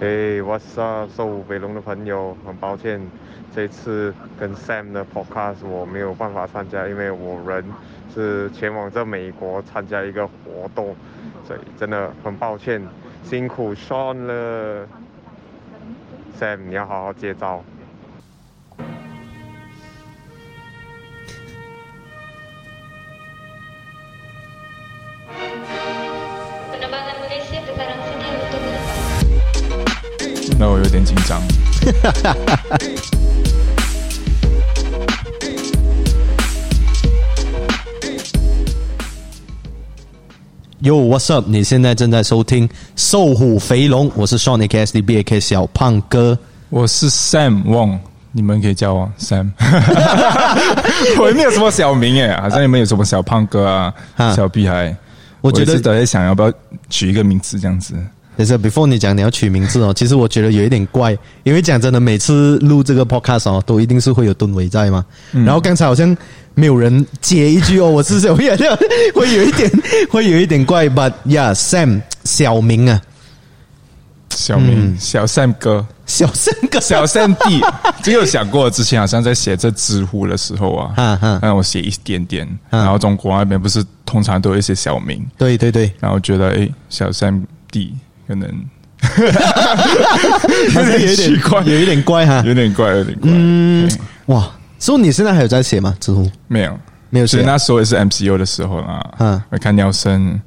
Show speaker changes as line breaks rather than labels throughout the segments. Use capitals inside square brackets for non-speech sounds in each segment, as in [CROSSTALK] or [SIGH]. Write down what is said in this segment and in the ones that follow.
诶 w h a t s up？受北龙的朋友，很抱歉，这次跟 Sam 的 podcast 我没有办法参加，因为我人是前往这美国参加一个活动，所以真的很抱歉，辛苦 Sean 了。Sam，你要好好接招。
penerbangan Malaysia sekarang sedang untuk menerbang.
那我有点紧张。
Yo, what's up？你现在正在收听《瘦虎肥龙》，我是 Sean A K S D B A K 小胖哥。
我是 Sam Wong，你们可以叫我 Sam。我也没有什么小名哎，好像也没有什么小胖哥啊、
啊
小屁孩。
我觉得
一直都在想要不要取一个名字这样子。
等一下，before 你讲你要取名字哦，其实我觉得有一点怪，因为讲真的，每次录这个 podcast 哦，都一定是会有蹲伟在嘛。
嗯
然后刚才好像没有人接一句哦， [LAUGHS] 我是小月亮，会有一点， [LAUGHS] 会有一点怪，but yeah，Sam 小明啊，
小
嗯
名、小 Sam 哥、
小 Sam 哥，
小 Sam 弟，这个有想过。之前好像在写这知乎的时候
啊啊
啊，让我写一点点。
啊
然后中国那边不是通常都有一些小名，
对对对，
然后觉得诶，小 Sam 弟可
[LAUGHS]
能
还是有一点
奇怪
有一点怪哈。
[LAUGHS] 有点怪，有点怪。
嗯
对，
哇，所以你现在还有在写吗？知乎？
没有，
没有
其
写
实
啊
那时候也是 MCU 的时候啦。
嗯
嗯，我看鸟生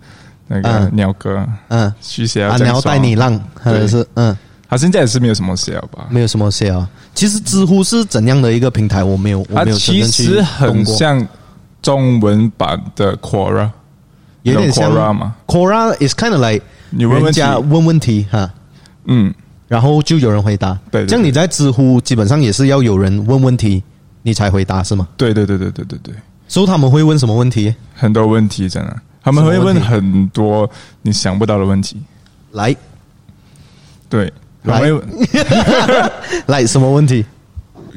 那个
嗯
鸟哥，
嗯
去写
啊，你要带你，浪，或者是嗯。
他现在也是没有什么写了吧？
没有什么写啊。其实知乎是怎样的一个平台，我没有，我
他
没有真
其
正去
实
动
很
过，
像中文版的 Quora，
有点像
Quora 嘛。
Quora is kind of like
你问问
人
题
家问问题哈，
嗯，
然后就有人回答。
对对对
这样你在知乎基本上也是要有人问问题，你才回答是吗？
对对对对对对对，
所以他们会问什么问题？
很多问题真的，他们会
什么问
问
题
很多你想不到的问题。
来
对，
来
他们会
来，什么问题？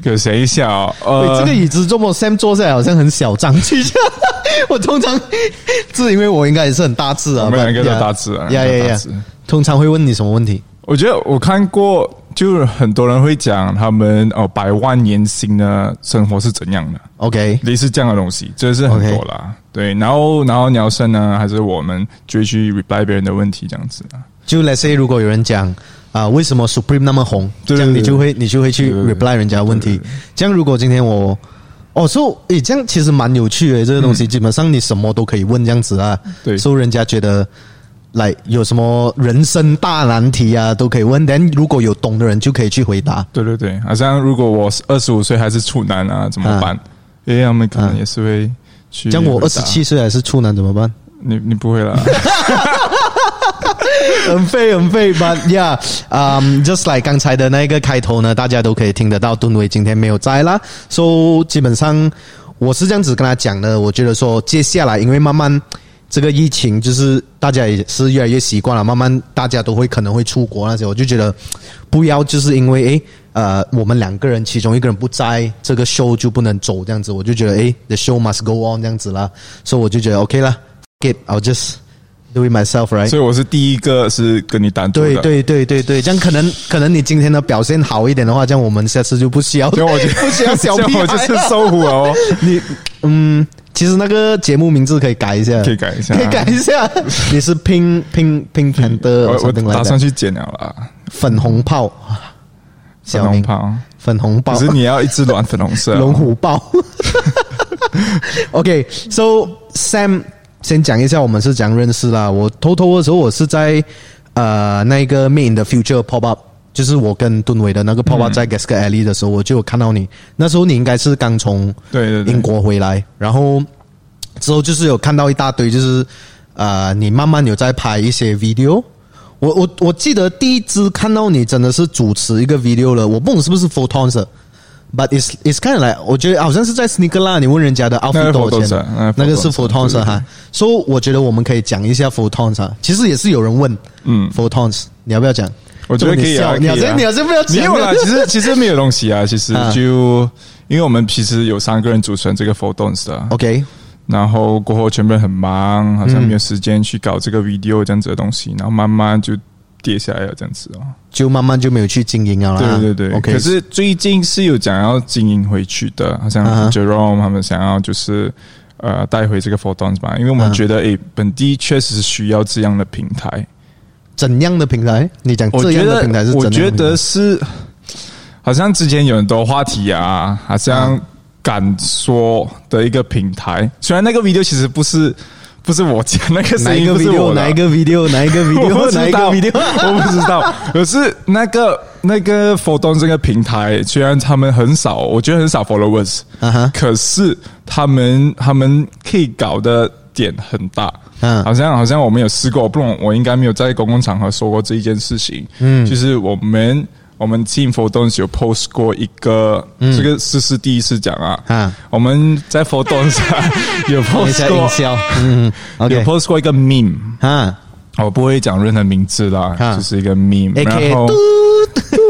给我写一下哦。
喂，
呃，
这个椅子这么 Sam 坐下来好像很小张气象。 [LAUGHS] 我通常是因为我应该也是很大字啊，
我们两个都大
字
字啊，
呀
都
呀
大
呀
字！
通常会问你什么问题？
我觉得我看过，就是很多人会讲他们哦，百万年薪的生活是怎样的，
OK，
类似这样的东西，这是很多啦。对，然后然后鸟生呢，还是我们就会去 reply 别人的问题这样子啊。
就 let's say 如果有人讲啊、为什么 Supreme 那么红，
对
这样你就会你就会去
对对对
reply 人家的问题。这样如果今天我哦，所以诶，这样其实蛮有趣的，这个东西、基本上你什么都可以问这样子啊。
嗯对
所以人家觉得来有什么人生大难题啊，都可以问。但如果有懂的人就可以去回答。
对对对，好像如果我二十五岁还是处男啊，怎么办？因为他们可能也是会去。
像我二十，七岁还是处男怎么办？
你你不会
[LAUGHS]
啦。
很废很废，But yeah，嗯、um,，just like 刚才的那个开头呢，大家都可以听得到，敦伟今天没有在啦，so 基本上我是这样子跟他讲的，我觉得说接下来因为慢慢。这个疫情就是大家也是越来越习惯了，慢慢大家都会可能会出国那些，我就觉得不要就是因为诶呃我们两个人其中一个人不在，这个 show 就不能走这样子，我就觉得诶 the show must go on 这样子啦，所、以我就觉得 OK 啦 f it I'll just do it myself right。
所以我是第一个是跟你单独的。[LAUGHS]
对对对对对，这样可能可能你今天的表现好一点的话，这样我们下次就不需要
所以我就
[LAUGHS] 不
[LAUGHS]
需要小
所以
屁孩
我就是收虎了哦，
你嗯， [LAUGHS] 其实那个节目名字可以改一下，
可以改一下
[LAUGHS] 可以改
[LAUGHS]
一下。你是 Pink Pink Pink Panther，
我我
something like
打算
that
去剪了啦，
粉红炮，
粉
小
红
明
袍。
粉红
可
豹，
是你要一只暖粉红色、啊
龙虎
[LAUGHS]
豹。OK，so、Sam 先讲一下我们是怎样认识啦。我偷偷的时候，我是在呃那个 Meet in the Future pop up，就是我跟敦伟的
嗯
那个 pop up 在 Gasca Alley 的时候，我就有看到你。那时候你应该是刚从
对对对
英国回来，然后之后就是有看到一大堆，就是呃你慢慢有在拍一些 video。我我我记得第一支看到你真的是主持一个 video 了，我不懂是不是 Photons 的。But it's it's kind of like 我觉得好像是在 Sneaker 啦，你问人家的 outfit
那个
多少
Photons 啊
钱，
那
那
个
个是
Photons，
Photons 啊哈。所以我觉得我们可以讲一下 Photons 啊，其实也是有人问，嗯，Photons 你要不要讲？
我觉得可以啊，
这么你笑你好
可以啊
像你好像不要讲
没有
[LAUGHS]
啦，其实其实没有东西啊，其实
啊
就、因为我们其实有三个人组成这个 Four Dons 的啊
OK
然后过后全部人很忙，好像没有时间去搞这个 video 这样子的东西，然后慢慢就跌下来了这样子哦。
就慢慢就没有去经营了啦。
对对对
啊 OK，
可是最近是有讲要经营回去的，好
啊哈
像 Jerome 他们想要就是呃带回这个 Photons 吧，因为我们
啊
觉得诶、本地确实是需要这样的平台。
怎样的平台？你讲
我
这
觉
样的
得
平台是怎样
我
的平台？
觉得是，好像之前有很多话题啊，好像敢说的一个平台，虽然那个 video 其实不是。不是我讲那个
哪
声
一
音，
个
不是我
video？
的啊
哪一个 video？哪一
[LAUGHS]
个
我不
video？
知
哪一个
道
video？
我不知道。可是那个那个 f o t o n 这个平台，虽然他们很少，我觉得很少 followers，、
啊哈
可是他们他们可以搞的点很大。
嗯
好像好像我们有试过，我不懂，我应该没有在公共场合说过这一件事情。嗯，就是我们我们 Team f o t o n 有 post 过一个，这个是是第一次讲啊。
啊
我们在 f o t o n 上 [LAUGHS] 有
等一
post
下
过
营，销，
[LAUGHS]
嗯
有
，OK，
post 过一个 meme。
啊
我哦不会讲任何名字啦，
啊
就是一个 meme，
，AK
然后
嘟
[LAUGHS]
嘟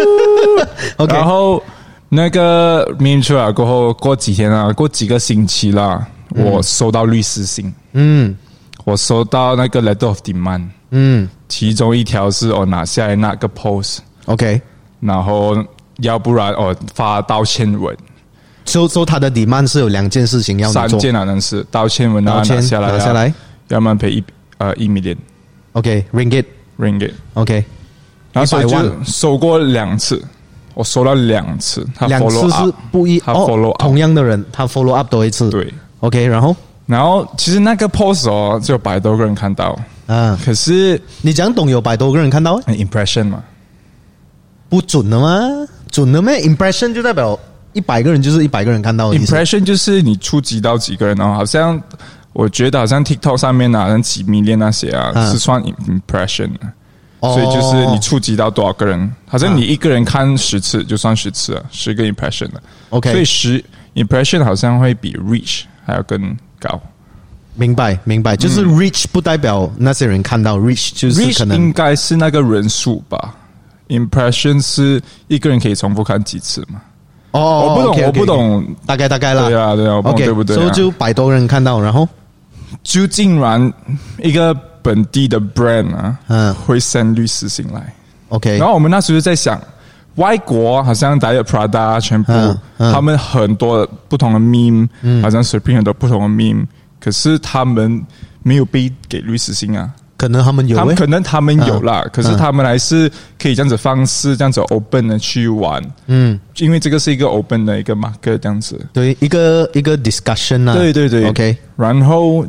，OK，
然后那个 meme 出来过后，过几天啊，过几个星期啦，我收到律师信，
嗯
我收到那个 letter of demand，
嗯
其中一条是我拿下来那个 post，
，OK，
然后要不然我发道歉文，
收收他的 demand 是有两件事情要
三
哦你做
件啊，能是道歉文啊，
道歉
拿下来啊，
拿下来
要不然赔一呃一 million
，OK，ringgit，OK，
ringgit。然后所以
100万
就收过两次，我收到两次，他
两次
follow
是
up，
不一
他 follow
哦，
up，
同样的人他 follow up 多一次，
对。
，OK，然后
然后其实那个 post 哦，只有百多个人看到， [LAUGHS]
嗯，
可是
你讲懂有百多个人看到，
很 impression 嘛，
不准的吗？准的咩？impression 就代表一百个人就是一百个人看到的意思
impression 就是你触及到几个人哦，好像我觉得好像 TikTok 上面啊，好像几 million 那些啊，
嗯
是算 im- impression，的
哦嗯
所以就是你触及到多少个人，好像你一个人看十次就算十次啊，十个 impression 了。
哦 OK
所以十 impression 好像会比 reach 还要更高
明白明
嗯
白，就是 reach 不代表那些人看到 reach 就是可
，reach
能
应该是那个人数吧。Impression 是一个人可以重复看几次嘛？
哦，
我不懂
OK，OK，
我不懂
OK，大概大概啦。
对啊，对啊，我不懂
OK，
对不对啊？
所以就百多人看到，然后
就竟然一个本地的 brand 啊，
嗯
嗯，会 send 律师信来。
OK，
然后我们那时候就在想，外国好像 Diet Prada 全部，
嗯嗯
他们很多不同的 meme，、好像 Supreme 很多不同的 meme，可是他们没有被给律师信啊。
可能他们有
他
诶
们可能他们有
啊
啦，可是他们还是可以这样子方式，这样子 open 的去玩，
嗯，
因为这个是一个 open 的一个 market 这样子。
对一个一个 discussion 啊，
对对对
，OK，
然后，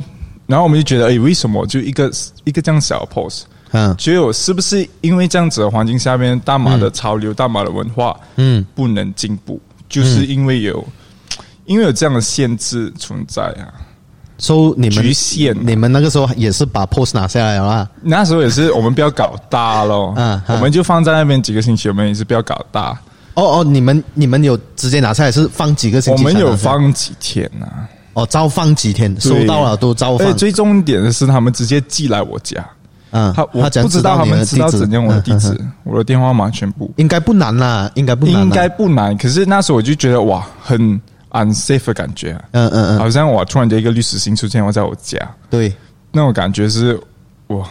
然后我们就觉得，哎，为什么就一个一个这样小的 pose？
嗯
只有是不是因为这样子的环境下面，大马的潮流、大马的文化，
嗯
嗯，不能进步，就是因为有，因为有这样的限制存在啊。
，so 你们
局限
你们那个时候也是把 post 拿下来了啦，
那时候也是，我们不要搞大
[LAUGHS]
咯，
嗯嗯
我们就放在那边几个星期，我们也是不要搞大，
哦哦，你们你们有直接拿下来是放几个星
我
期才拿
们
下来？
有放几天啊，
哦，照放几天，收
对
到了都照
而且
放，
最重点的是，他们直接寄来我家，
嗯，
他我
讲
不知道他
你
们
的
知道
地址
怎样我的地址
嗯嗯嗯、
我的电话号码全部。
应该不难啦，应该不难啦，
应该不难。可是那时候我就觉得哇，很 unsafe 的感觉啊、
嗯嗯嗯，
好像我突然间一个律师信出现，我在我家，
对，
那种感觉是哇，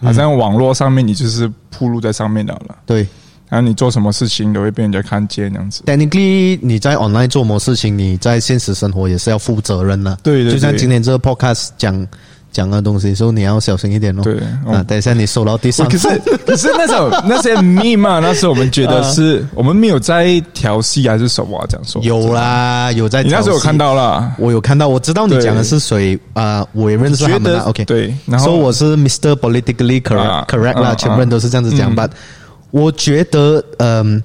好像网络上面你就是铺路在上面了了，
对
然后你做什么事情都会被人家看见这样子。
，technically 你在 online 做某事情，你在现实生活也是要负责任的。
对对
就像
对
今天这个 podcast 讲讲的东西，所以你要小心一点哦。
对
啊，
嗯
等一下你收到第
喂
三，
可
[LAUGHS]
是可是那种那些 meme 啊，那时候我们觉
嗯
得是我们没有在调戏还是什么、啊、这样说。
有啦，有在
你那时候有
挑
看
衅，
到啦，
我有看到，我知道你讲的是谁啊、我也认识他
觉
们
得
啦。OK，
对，然后
说我是 Mr. Politically Correct、
啊
Correct 啦，
啊
全部人都是这样子讲
嗯
吧。but 我觉得，嗯、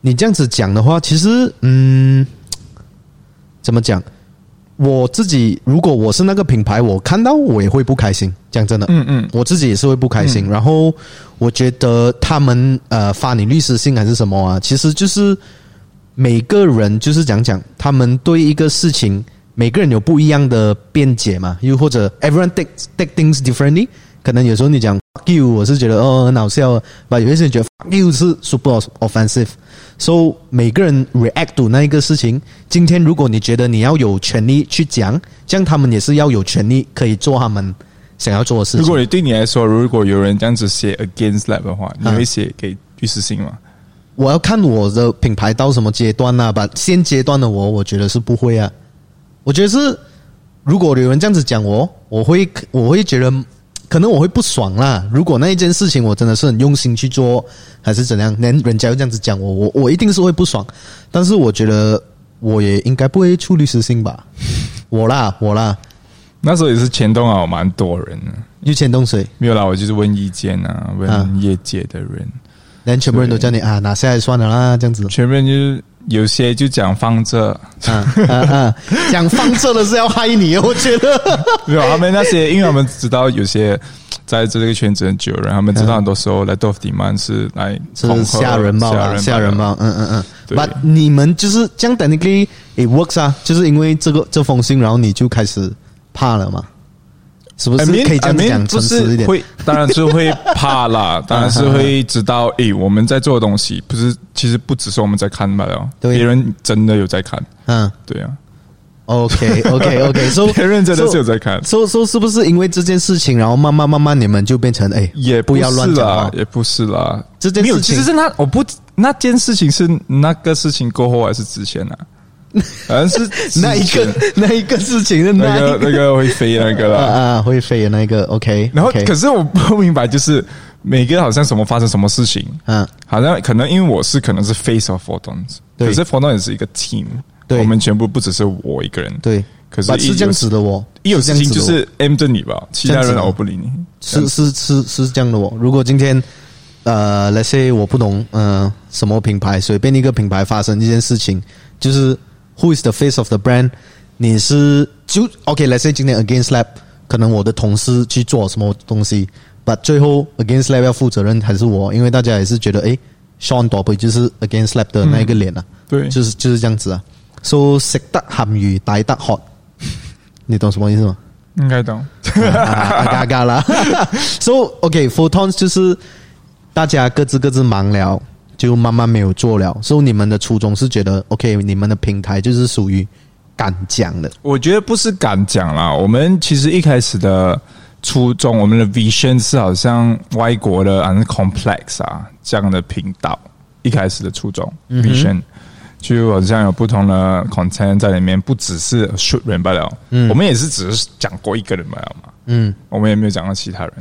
你这样子讲的话，其实，嗯，怎么讲？我自己如果我是那个品牌，我看到我也会不开心。讲真的，
嗯嗯
我自己也是会不开心。然后我觉得他们呃发你律师信还是什么啊，其实就是每个人就是讲讲他们对一个事情，每个人有不一样的辩解嘛，又或者 everyone take take things differently。可能有时候你讲 fuck you，我是觉得哦很好笑，把有一些人觉得 fuck you 是 super offensive。So 每个人 react to 那一个事情，今天如果你觉得你要有权利去讲，这样他们也是要有权利可以做他们想要做的事
如果
情。
你对你来说，如果有人这样子写 against lab 的话，你会
嗯
写给律师信吗？
我要看我的品牌到什么阶段啦、吧，现阶段的我，我觉得是不会啊。我觉得是，如果有人这样子讲我，我会我会觉得，可能我会不爽啦。如果那一件事情我真的是很用心去做，还是怎样，连人家又这样子讲我，我我一定是会不爽。但是我觉得我也应该不会出律师信吧，我啦我啦，
那时候也是前东啊，蛮多人的，
又欠东水，
没有啦，我就是问意见啊，问业界的人，
嗯连全部人都叫你啊拿下来算了啦，这样子。
前面就是有些就讲放这，
啊啊啊！讲放这的是要害你，我觉得。
[LAUGHS] 没有他们那些，因为他们知道有些在这个圈子很久的人，他们知道很多时候来 d o f demand 是来
嗯是吓人帽啊，吓人
嘛，
帽，嗯嗯嗯。
对
But 你们就是这样，technically it works 啊，就是因为这个这封信，然后你就开始怕了嘛，是不
I
是
mean,
可以这样
I mean，
讲，
就
诚实一
是
点？
会，当然是会怕
[LAUGHS]
啦，当然是会知
啊
道，诶、我们在做的东西不是，其实不只是我们在看罢了，
对
别人真的有在看，
嗯
对啊，
，OK OK OK，所以
别人真的是有在看，
所以所以是不是因为这件事情，然后慢慢慢慢你们就变成哎，
也
不
不
要乱
是
讲
啦
话，
也不是啦，
这件
没有，
事情
其实是那我不那件事情是那个事情过后还是之前啊？好像是之前
[LAUGHS] 那一个那一个事情的
那
那一
个那个会飞那个
啊
啦。
啊会飞的那一个 OK，
然后
OK，
可是我不明白，就是每个好像什么发生什么事情，
嗯
好像可能因为我是可能是 face of photons，
对
可是 photons 也是一个 team，
对
我们全部不只是我一个人，
对，
可是
But
一
是这样子的哦，
一有
这
事
样
情
子
就
的哦
是 M 对你吧，其他
这样子
人
的哦
我不理你，
是是是是这样的哦。如果今天呃，let's say 我不懂呃什么品牌，随便一个品牌发生一件事情，就是 who is the face of the brand？你是就 OK？Let's、say 今天 against lab，可能我的同事去做什么东西，but 最后 against lab 要负责任还是我，因为大家也是觉得诶 s e a n d o b 就是 against lab 的那一个脸啊，
对
就是就是这样子啊。So 食得鹹魚，大得渴，你懂什么意思吗？
应该懂。
[LAUGHS] 啊嘎嘎啦。so OK，photons、就是大家各自各自忙了，就慢慢没有做了。所、so, 以你们的初衷是觉得 OK，你们的平台就是属于敢讲的，
我觉得不是敢讲啦，我们其实一开始的初衷，我们的 vision 是好像外国的好像 complex 啊这样的频道，一开始的初衷、vision 就好像有不同的 content 在里面，不只是 shoot 人罢了，我们也是只是讲过一个人罢了嘛，
嗯，
我们也没有讲到其他人，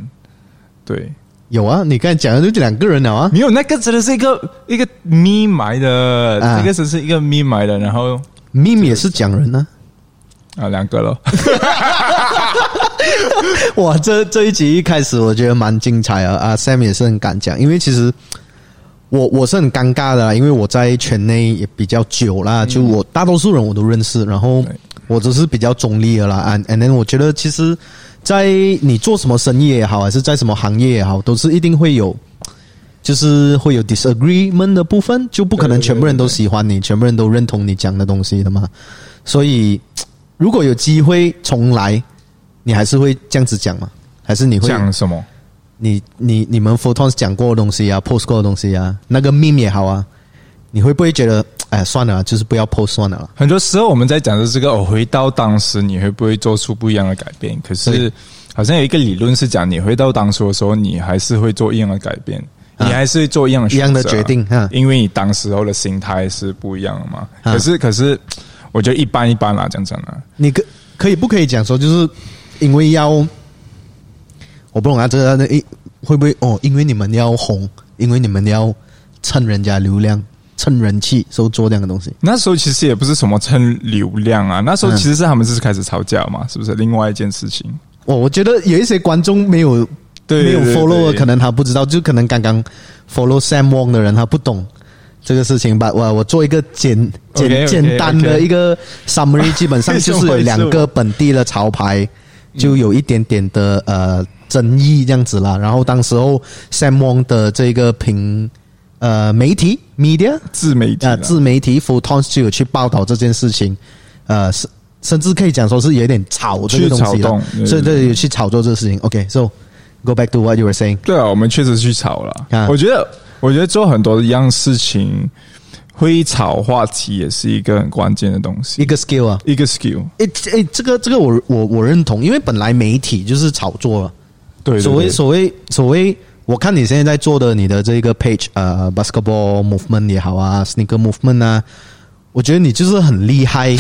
对，
有啊，你刚才讲的就两个人了啊。
没有那个真的是一个一个咪埋的，
啊
那个只是一个咪埋的，然后
咪咪也是讲人呢、
啊两个了。
[LAUGHS] 哇，这这一集一开始我觉得蛮精彩啊！啊，Sam 也是很敢讲，因为其实我我是很尴尬的啦，因为我在圈内也比较久啦，就我大多数人我都认识，然后
嗯对
我只是比较中立的啦。And 啊 and then 我觉得其实，在你做什么生意也好，还是在什么行业也好，都是一定会有。就是会有 disagreement 的部分，就不可能
对对对
全部人都
对对
喜欢你，全部人都认同你讲的东西的嘛。所以，如果有机会重来，你还是会这样子讲吗？还是你会
讲什么？
你你你们 photons 讲过的东西啊，post 过的东西啊，那个 meme 也好啊，你会不会觉得哎算了，就是不要 post 算了啦
很多时候我们在讲的是这个，哦，回到当时你会不会做出不一样的改变？可
对
是好像有一个理论是讲，你回到当初的时候，你还是会做一样的改变，
啊
你还是会做一样的选择
一样的决定啊
因为你当时候的心态是不一样的嘛。
啊
可是可是，我觉得一般一般啦，讲真的，
你可可以不可以讲说，就是因为要我不懂啊，这个那一会不会哦？因为你们要红，因为你们要蹭人家流量、蹭人气，所以做这样的东西。
那时候其实也不是什么蹭流量啊，那时候其实是他们是开始吵架嘛，是不是？另外一件事情，
哦我我觉得有一些观众没有
对
没有
对
follow，的
对
可能他不知道，就可能刚刚 follow Sam Wong 的人他不懂这个事情吧。我我做一个简简
OK，OK，OK
简单的一个
[LAUGHS]
summary，基本上就是有两个本地的潮牌
嗯
就有一点点的呃争议这样子啦。然后当时候 Sam Wong 的这个平呃媒体 media
自媒体啦
呃自媒体 Photons 就有去报道这件事情，呃，甚甚至可以讲说是有点炒这个东西
去炒动
了，
对
所以
对
对有去炒作这个事情。OK，so、go back to what you were saying。
对啊，我们确实去吵了。
啊
我觉得，我觉得做很多一样事情，会炒话题也是一个很关键的东西，
一个 skill 啊。
一个 skill。
诶诶，这个这个我我我认同，因为本来媒体就是炒作啊了。
对，对
所谓
对
所谓所谓，我看你现在在做的你的这个 page，呃，basketball movement 也好啊，sneaker movement 啊，我觉得你就是很
[LAUGHS]
厉害，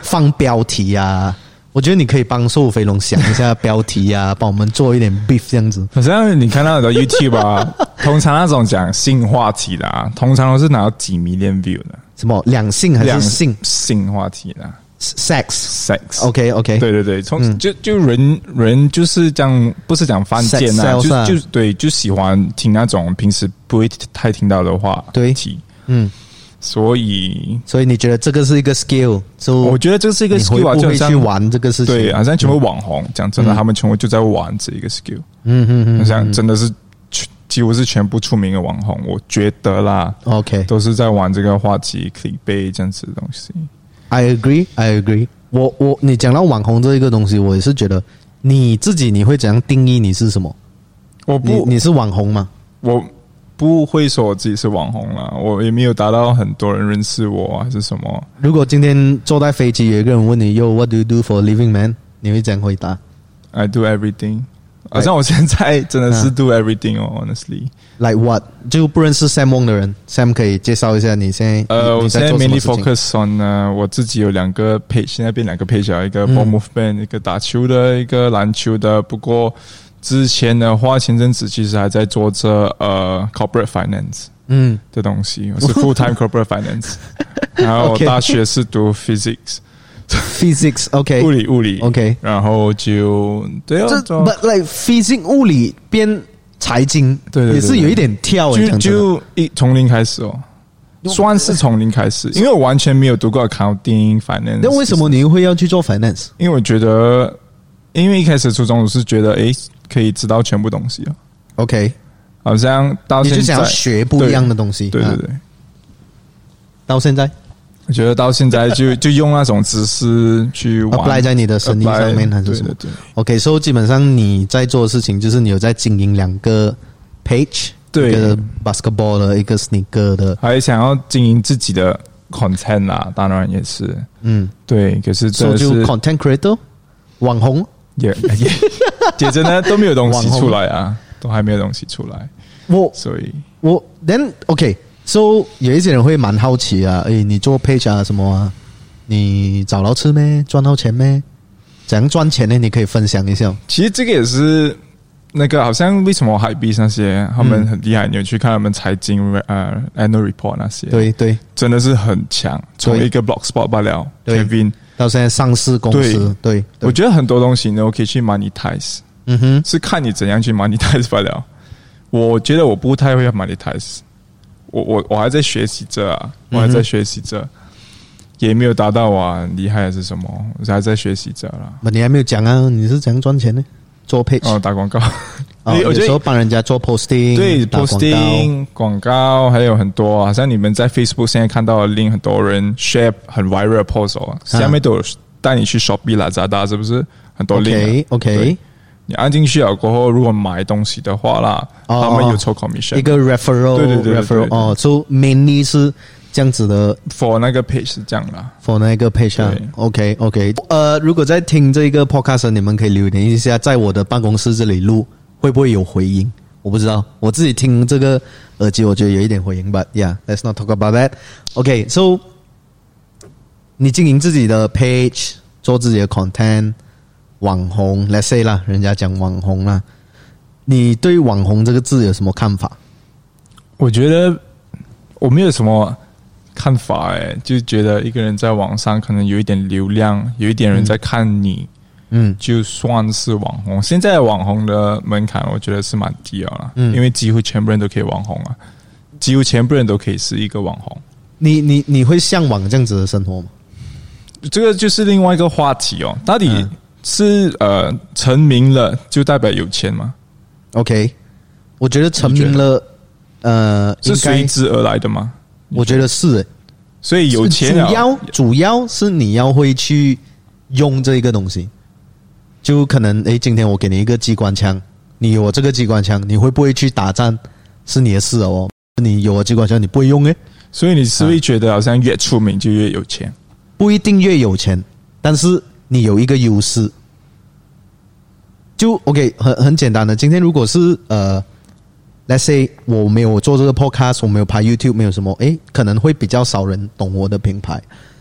放标题啊。我觉得你可以帮瘦飞龙想一下标题
[LAUGHS]
啊，帮我们做一点 beef 这样子。
好像你看到很多 YouTube
[LAUGHS]
啊，通常那种讲性话题的啊，通常都是拿到几 million view 的，
什么两性还是性
性话题的啊
sex？OK
sex。
OK，
对
嗯
对对，从、就就人人就是这样，不是讲犯贱
Sex
啊，
sells 啊
就就对，就喜欢听那种平时不会太听到的话
对
题，
嗯，
所以
所以你觉得这个是一个 skill？就
我觉得这是一个 skill 啊，
哦你
就好
会不会
像
去玩这嗯个事情？
对，啊好像全部网红，讲真的，他们全部就在玩这一个 skill，
嗯嗯嗯
好像真的是全几乎是全部出名的网红，我觉得啦，
，OK。
都是在玩这个话题 click bait 这样子的东西。
I agree, I agree 我。我你讲到网红这一个东西，我也是觉得你自己你会怎样定义你是什么？
我
你
不，
你是网红吗？
我不会说我自己是网红啦，我也没有达到很多人认识我啊还是什么。
如果今天坐在飞机，有一个人问你 “Yo, what do you do for a living, man？” 你会怎样回答？
I do everything，好像我现在真的
嗯
是 do everything 哦，honestly。
Like what？就不认识 Sam Wong 的人，Sam 可以介绍一下你现在
呃，
你
我
你
现在
在做什么
mainly
事情
focus on 呢，我自己有两个 page，现在变两个 page
嗯
啊，一个 ball movement，一个打球的，一个篮球的。不过之前的话，前阵子其实还在做这呃 corporate finance
嗯
的东西，
[LAUGHS]
我是 full time corporate finance，然后我
Okay
大学是读 physics
physics OK
物理物理
OK
然后就对啊，
这
做
but like physics 物理变财经，
对对对
哦也是有一点跳
就
诶，讲真的
就一从零开始哦。算是从零开始，因为我完全没有读过 accounting finance。
那为什么你会要去做 finance？
因为我觉得，因为一开始初中我是觉得，诶，可以知道全部东西啊，
OK，
好像到
你
现在
就想要学不一样的东西
对
啊
对对对，
到现在
我觉得到现在
[LAUGHS]
就就用那种知识去玩
apply 在你的生意上面
apply，
还是什么
对对对
OK，所、so、以基本上你在做的事情就是你有在经营两个 page，
对
一个 basketball 的，一个 sneaker 的，
还想要经营自己的 content 啦，当然也是
嗯，
对，可是
所、
这
以就是 content creator 网红。
也也也真的都没有东西
[LAUGHS] 网红
出来啊，都还没有东西出来，
我
所以
我 then OK，so、有一些人会蛮好奇啊，诶，你做 page 啊什么啊，你找到吃咩？赚到钱咩？怎样赚钱呢？你可以分享一下哦。
其实这个也是那个，好像为什么海币那些他们很厉害，你有去看他们财经呃 annual report 那些，，
嗯对对，
真的是很强，从
对
一个 block spot 罢了
对
，Kevin，
到现在上市公司，对，对
我觉得很多东西呢，我可以去 monetize，
嗯哼，
是看你怎样去 monetize 罢了。我觉得我不太会 monetize，我我我还在学习着啊，
嗯
我还在学习着。也没有达到我很厉害还是什么，我还在学习着啦。
那你还没有讲啊，你是怎样赚钱呢？做 page
哦，打广告， [LAUGHS]
啊，
我
有
觉得
时候帮人家做 posting，
对
打广告
，posting 广告还有很多，啊好像你们在 Facebook 现在看到的 link，很多人 share 很 viral 的 post 哦，下面都有带你去 Shopee、Lazada，是不是？很多 link 啊、
OK OK，
对你按进去了啊过后，如果买东西的话啦，
哦
他们有抽 commission，
一个 referral
对对对对对对
referral 哦，so mainly 是这样子的
for 那个 page 是这样啦。
for 那个配上
对
OK OK，呃，如果在听这个 podcast，的你们可以留言一下，在我的办公室这里录会不会有回音？我不知道，我自己听这个耳机，我觉得有一点回音，but yeah，let's not talk about that。OK，so、你经营自己的 page，做自己的 content，网红，let's say 啦，人家讲网红啦，你对网红这个字有什么看法？
我觉得我没有什么看法、诶，就觉得一个人在网上可能有一点流量，有一点人在看你。
嗯
就算是网红，现在网红的门槛我觉得是蛮低了啦，
嗯
因为几乎全部人都可以网红啊，几乎全部人都可以是一个网红，
你你你会向往这样子的生活吗？
这个就是另外一个话题哦。到底
嗯
是、呃成名了就代表有钱吗？
OK，我觉得成名了，呃，
是
应
随
该
之而来的吗？
我觉得是欸、
所以有钱啊
主要
了，
主要是你要会去用这一个东西，就可能诶，今天我给你一个机关枪，你有我这个机关枪，你会不会去打战是你的事哦。你有了机关枪，你不会用诶，
所以你是不是觉得好像越出名就越有钱？
不一定越有钱，但是你有一个优势。就 OK，很很简单的。今天如果是呃，Let's say 我没有做这个 podcast，我没有拍 YouTube，没有什么，诶，可能会比较少人懂我的品牌。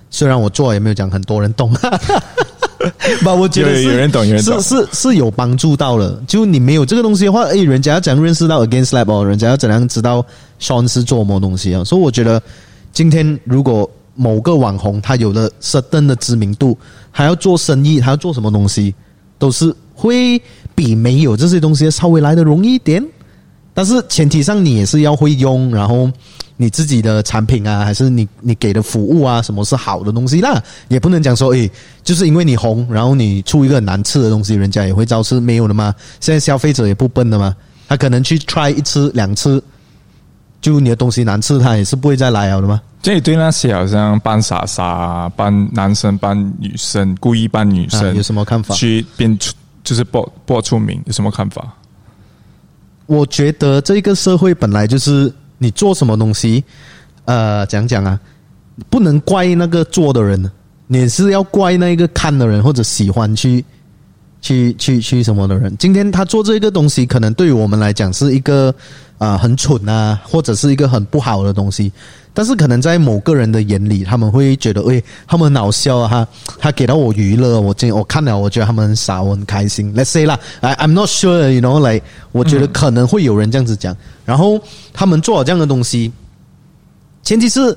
虽然我做也没有讲很多人懂， [LAUGHS] 吧，我觉得是
有有人懂有人懂
是是是有帮助到了。就你没有这个东西的话，诶，人家要怎样认识到 Against Lab 哦？人家要怎样知道 Sean 是做什么东西啊？所以我觉得今天如果某个网红他有了 certain 的知名度，还要做生意，还要做什么东西，都是会比没有这些东西稍微来的容易一点。但是前提上你也是要会用，然后你自己的产品啊，还是你你给的服务啊，什么是好的东西啦，也不能讲说，诶，就是因为你红，然后你出一个很难吃的东西，人家也会知道是没有的嘛。现在消费者也不笨的嘛，他可能去 try 一次两次，就你的东西难吃，他也是不会再来了的嘛。
这里对那些好像扮傻傻啊、扮男生、扮女生、故意扮女生、
啊有什么看法
去变出就是报报出名，有什么看法？
我觉得这个社会本来就是你做什么东西，呃，讲讲啊，不能怪那个做的人，你是要怪那个看的人或者喜欢去去去去什么的人。今天他做这个东西，可能对于我们来讲是一个啊、呃很蠢啊，或者是一个很不好的东西。但是可能在某个人的眼里，他们会觉得，哎，他们很好笑啊，他他给到我娱乐，我今我看了，我觉得他们很傻，我很开心。Let's say 啦，I I'm not sure，you know，like 我觉得可能会有人这样子讲，然后他们做了这样的东西，前提是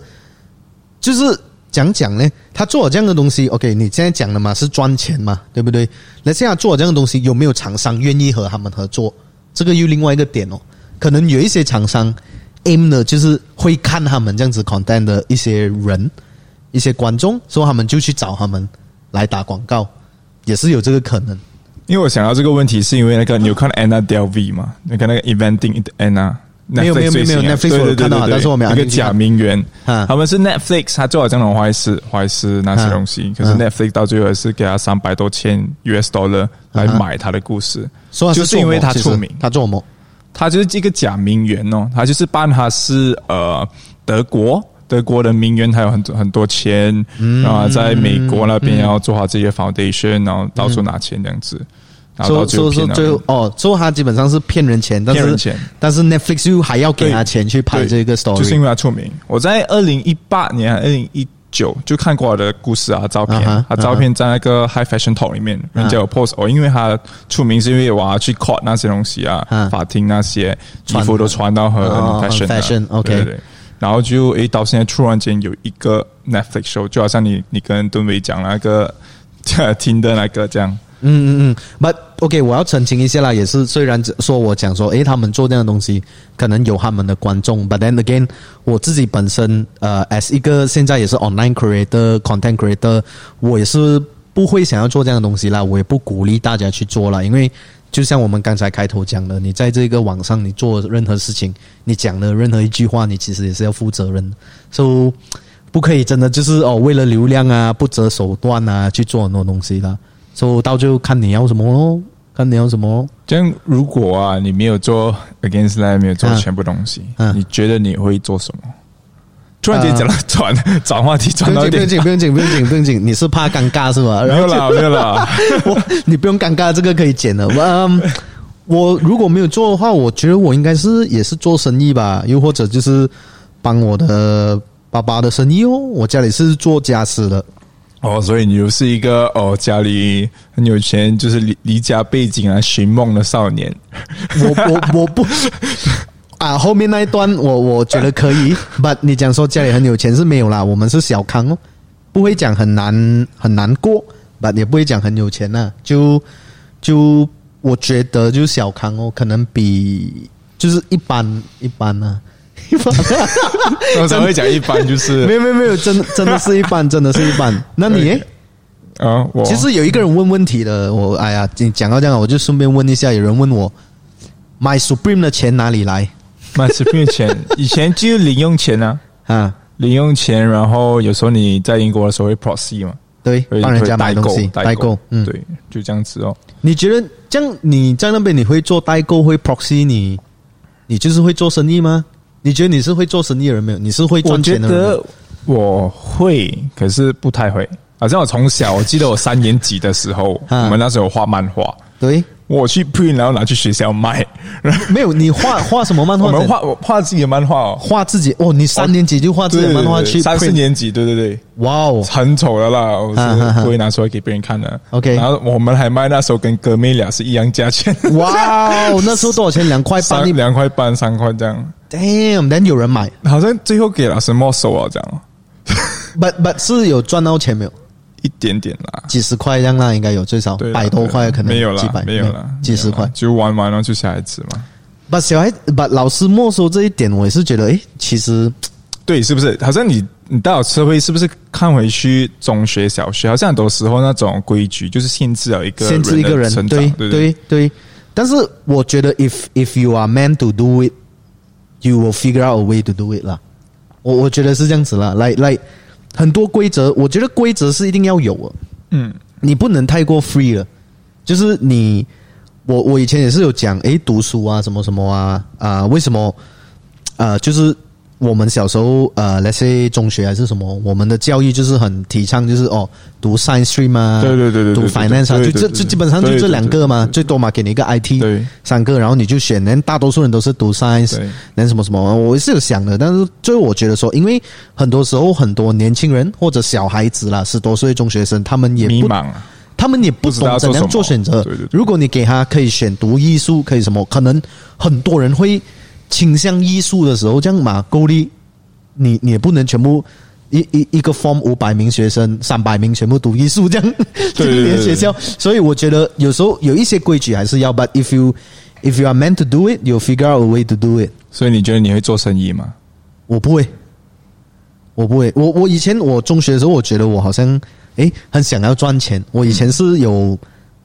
就是讲讲呢，他做了这样的东西，OK，你现在讲的嘛是赚钱嘛，对不对？那现在做了这样的东西，有没有厂商愿意和他们合作？这个又另外一个点哦，可能有一些厂商 aim 的就是会看他们这样子 content 的一些人、一些观众，所以他们就去找他们来打广告，也是有这个可能。
因为我想到这个问题，是因为那个你有看 Anna Delvey 吗？那个那个 Eventing Anna。
没有没有没有没有
Netflix 最新
Netflix
啊对
我
对
有看到
对对
但是我没有
一个
按进去看
假名媛
啊，
他们是 Netflix，他做了这种坏事坏事那些
啊
东西，可是
啊
Netflix 到最后也是给他三百多千 US dollar 来
啊哈
买他的故事，
所以
就是因为他出名，
他做梦，
他就是一个假名媛哦，他就是扮他是呃德国德国的名媛，他有很多很多钱，
嗯
然后在美国那边要做好自己的 foundation，然后到处拿钱这样子，然后
嗯
到
所以
最后骗
所以所以
了
最后哦，所以他基本上是骗人钱，但
骗人
是
钱
但是 Netflix 又还要给他钱去拍
对
这个 story，
就是因为他出名。我在二零一八年、二零一九就看过他的故事啊、照片
啊哈啊
他照片在那个 High Fashion Talk 里面，人家有 post 哦，因为他出名是因为我要去 court 那些东西啊
啊，
法庭那些衣
穿
服都穿到很
哦很
fashion 的
fashion，OK
对对对。然后就诶，到现在突然间有一个 Netflix show，就好像你你跟敦伟讲那个 [LAUGHS] 听的那个这样，
嗯嗯嗯，But OK，我要澄清一下啦，也是虽然只说我讲说，诶，他们做这样的东西，可能有他们的观众，But then again，我自己本身呃，as 一个现在也是 online creator、content creator，我也是不会想要做这样的东西啦，我也不鼓励大家去做啦，因为就像我们刚才开头讲的，你在这个网上你做任何事情，你讲的任何一句话，你其实也是要负责任的，so 不可以真的就是哦，为了流量啊，不择手段啊，去做很多东西啦。所以到最后看你要什么咯，看你要什么咯。
这样如果啊你没有做 against l i e 没有做全部东西，
嗯嗯
你觉得你会做什么？突然间讲到转、 [LAUGHS] 转话题
不
转
用
到一
紧，
点
不用 [LAUGHS] 紧，不用紧，不用紧，不用紧。 [LAUGHS] 你是怕尴尬是吧？
[LAUGHS] 没
然
有
后
啦，没有啦。
[LAUGHS] 我，你不用尴尬，这个可以剪了。嗯，我如果没有做的话，我觉得我应该是也是做生意吧，又或者就是帮我的爸爸的生意哦。我家里是做家私的，
哦，所以你又是一个哦，家里很有钱，就是离离家背景啊，寻梦的少
[LAUGHS]
年。
我我我不啊，后面那一段我我觉得可以，but 你讲说家里很有钱是没有啦，我们是小康哦，不会讲很难很难过，but 也不会讲很有钱呐、啊就就我觉得就小康哦，可能比就是一般一般啊呢、一般、
我才会讲一般就
没
是
有没有没有，真的真的是一般，真的是一般。那你诶？
啊，我
其实有一个人问问题的，我哎呀，你讲到这样，我就顺便问一下，有人问我买 Supreme 的钱哪里来
买十片钱，以前就是零用钱啊，
啊？
零用钱，然后有时候你在英国的时候会 proxy 嘛，
对，
会
帮人家
会
买
代
东
购
西，代购。嗯，
对，就这样子哦。
你觉得这样你在那边你会做代购，会 proxy，你你就是会做生意吗？你觉得你是会做生意的人没有？你是会
我
赚
觉
钱的人没有？
得我会，可是不太会。好像我从小，我记得我三年级的时候，
啊
我们那时候有画漫画，
对，
我去 print，然后拿去学校卖。然后
没有你画画什么漫画？
我们画我画自己的漫画哦，
画自己哦，你三年级就画自己的漫画去
三四
print，
年级，对对对，
哇哦！
很丑的啦，我
啊哈
是
哈
不会拿出来给别人看的。
OK
然后我们还卖那时候跟哥妹俩是一样价钱，
哇
[LAUGHS]
哦，那时候多少钱？两块半
三
一
两块半三块这样，
，damn，但有人买
好像最后给了什么手啊这样，
，but but 是有赚到钱没有？
一点点啦，
几十块这样啦，应该有最少
对啦，
百多块，可能
没有
几
啦
百，，
没有啦，
几十
没有
块
啦。就玩玩然后就小孩子嘛，
把小孩把老师没收这一点，我也是觉得，诶，其实
对，是不是？好像你你到了社会，是不是看回去中学、小学，好像很多时候那种规矩就是限制了一个
限制一个
人
人
的，啊成长，
对
对
对对。但是我觉得，if if you are meant to do it, you will figure out a way to do it 啦。我我觉得是这样子啦，来来，很多规则，我觉得规则是一定要有的，
嗯，
你不能太过 free 了。就是你，我我以前也是有讲，诶，读书啊，什么什么啊，啊、为什么？呃，就是我们小时候呃，let's say 中学还是什么，我们的教育就是很提倡，就是哦，读 science stream 啊，
对对对对
读
对
finance 啊，
对
就
对对
这就
对
基本上就
对
这
对
两
对
个嘛，
对
最多嘛给你一个 IT，
对
三个，然后你就选，人大多数人都是读 science，
对
人什么什么，我是有想的，但是最后我觉得说，因为很多时候很多年轻人或者小孩子啦，十多岁中学生，他们也
迷
不
茫啊。
他们也不
不知道
懂
要
怎
做
样
什么
做选择
对对对。
如果你给他可以选读艺术，可以什么，可能很多人会倾向艺术的时候，这样嘛，够力，你你也不能全部。一一一个 form 五百名学生，三百名全部读艺术，这样这
对对对
一连
对
学校，所以我觉得有时候有一些规矩还是要，but if you if you are meant to do it, you figure out a way to do it。
所以你觉得你会做生意吗？
我不会，我不会。我我以前我中学的时候，我觉得我好像诶很想要赚钱。我以前是有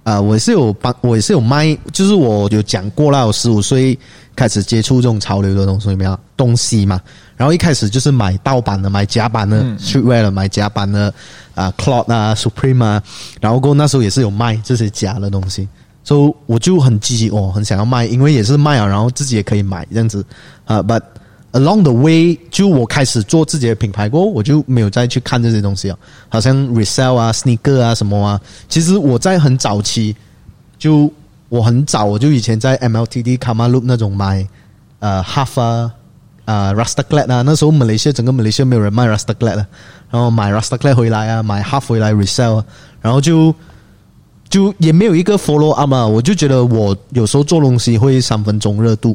啊、我也是有帮，我也是有卖，就是我有讲过啦，我十五岁开始接触这种潮流的东西没有东西嘛。然后一开始就是买盗版的，买假版的、streetwear 的，买假版的啊、c l o t 啊，Supreme 啊，然后过后那时候也是有卖这些假的东西。所以我就很积极哦，很想要卖，因为也是卖啊，然后自己也可以买这样子啊。but along the way，就我开始做自己的品牌过后，我就没有再去看这些东西了，好像 resell 啊、sneaker 啊什么啊。其实我在很早期，就我很早我就以前在 MLTD、k a m a l u 那种买呃 half 啊。啊、r u s t a g l a d 啊，那时候马来西亚整个马来西亚没有人卖 r u s t a g l a d 了，然后买 r u s t a g l a d 回来啊，买 half 回来 resell 啊，然后就就也没有一个 follow up 嘛，我就觉得我有时候做东西会三分钟热度。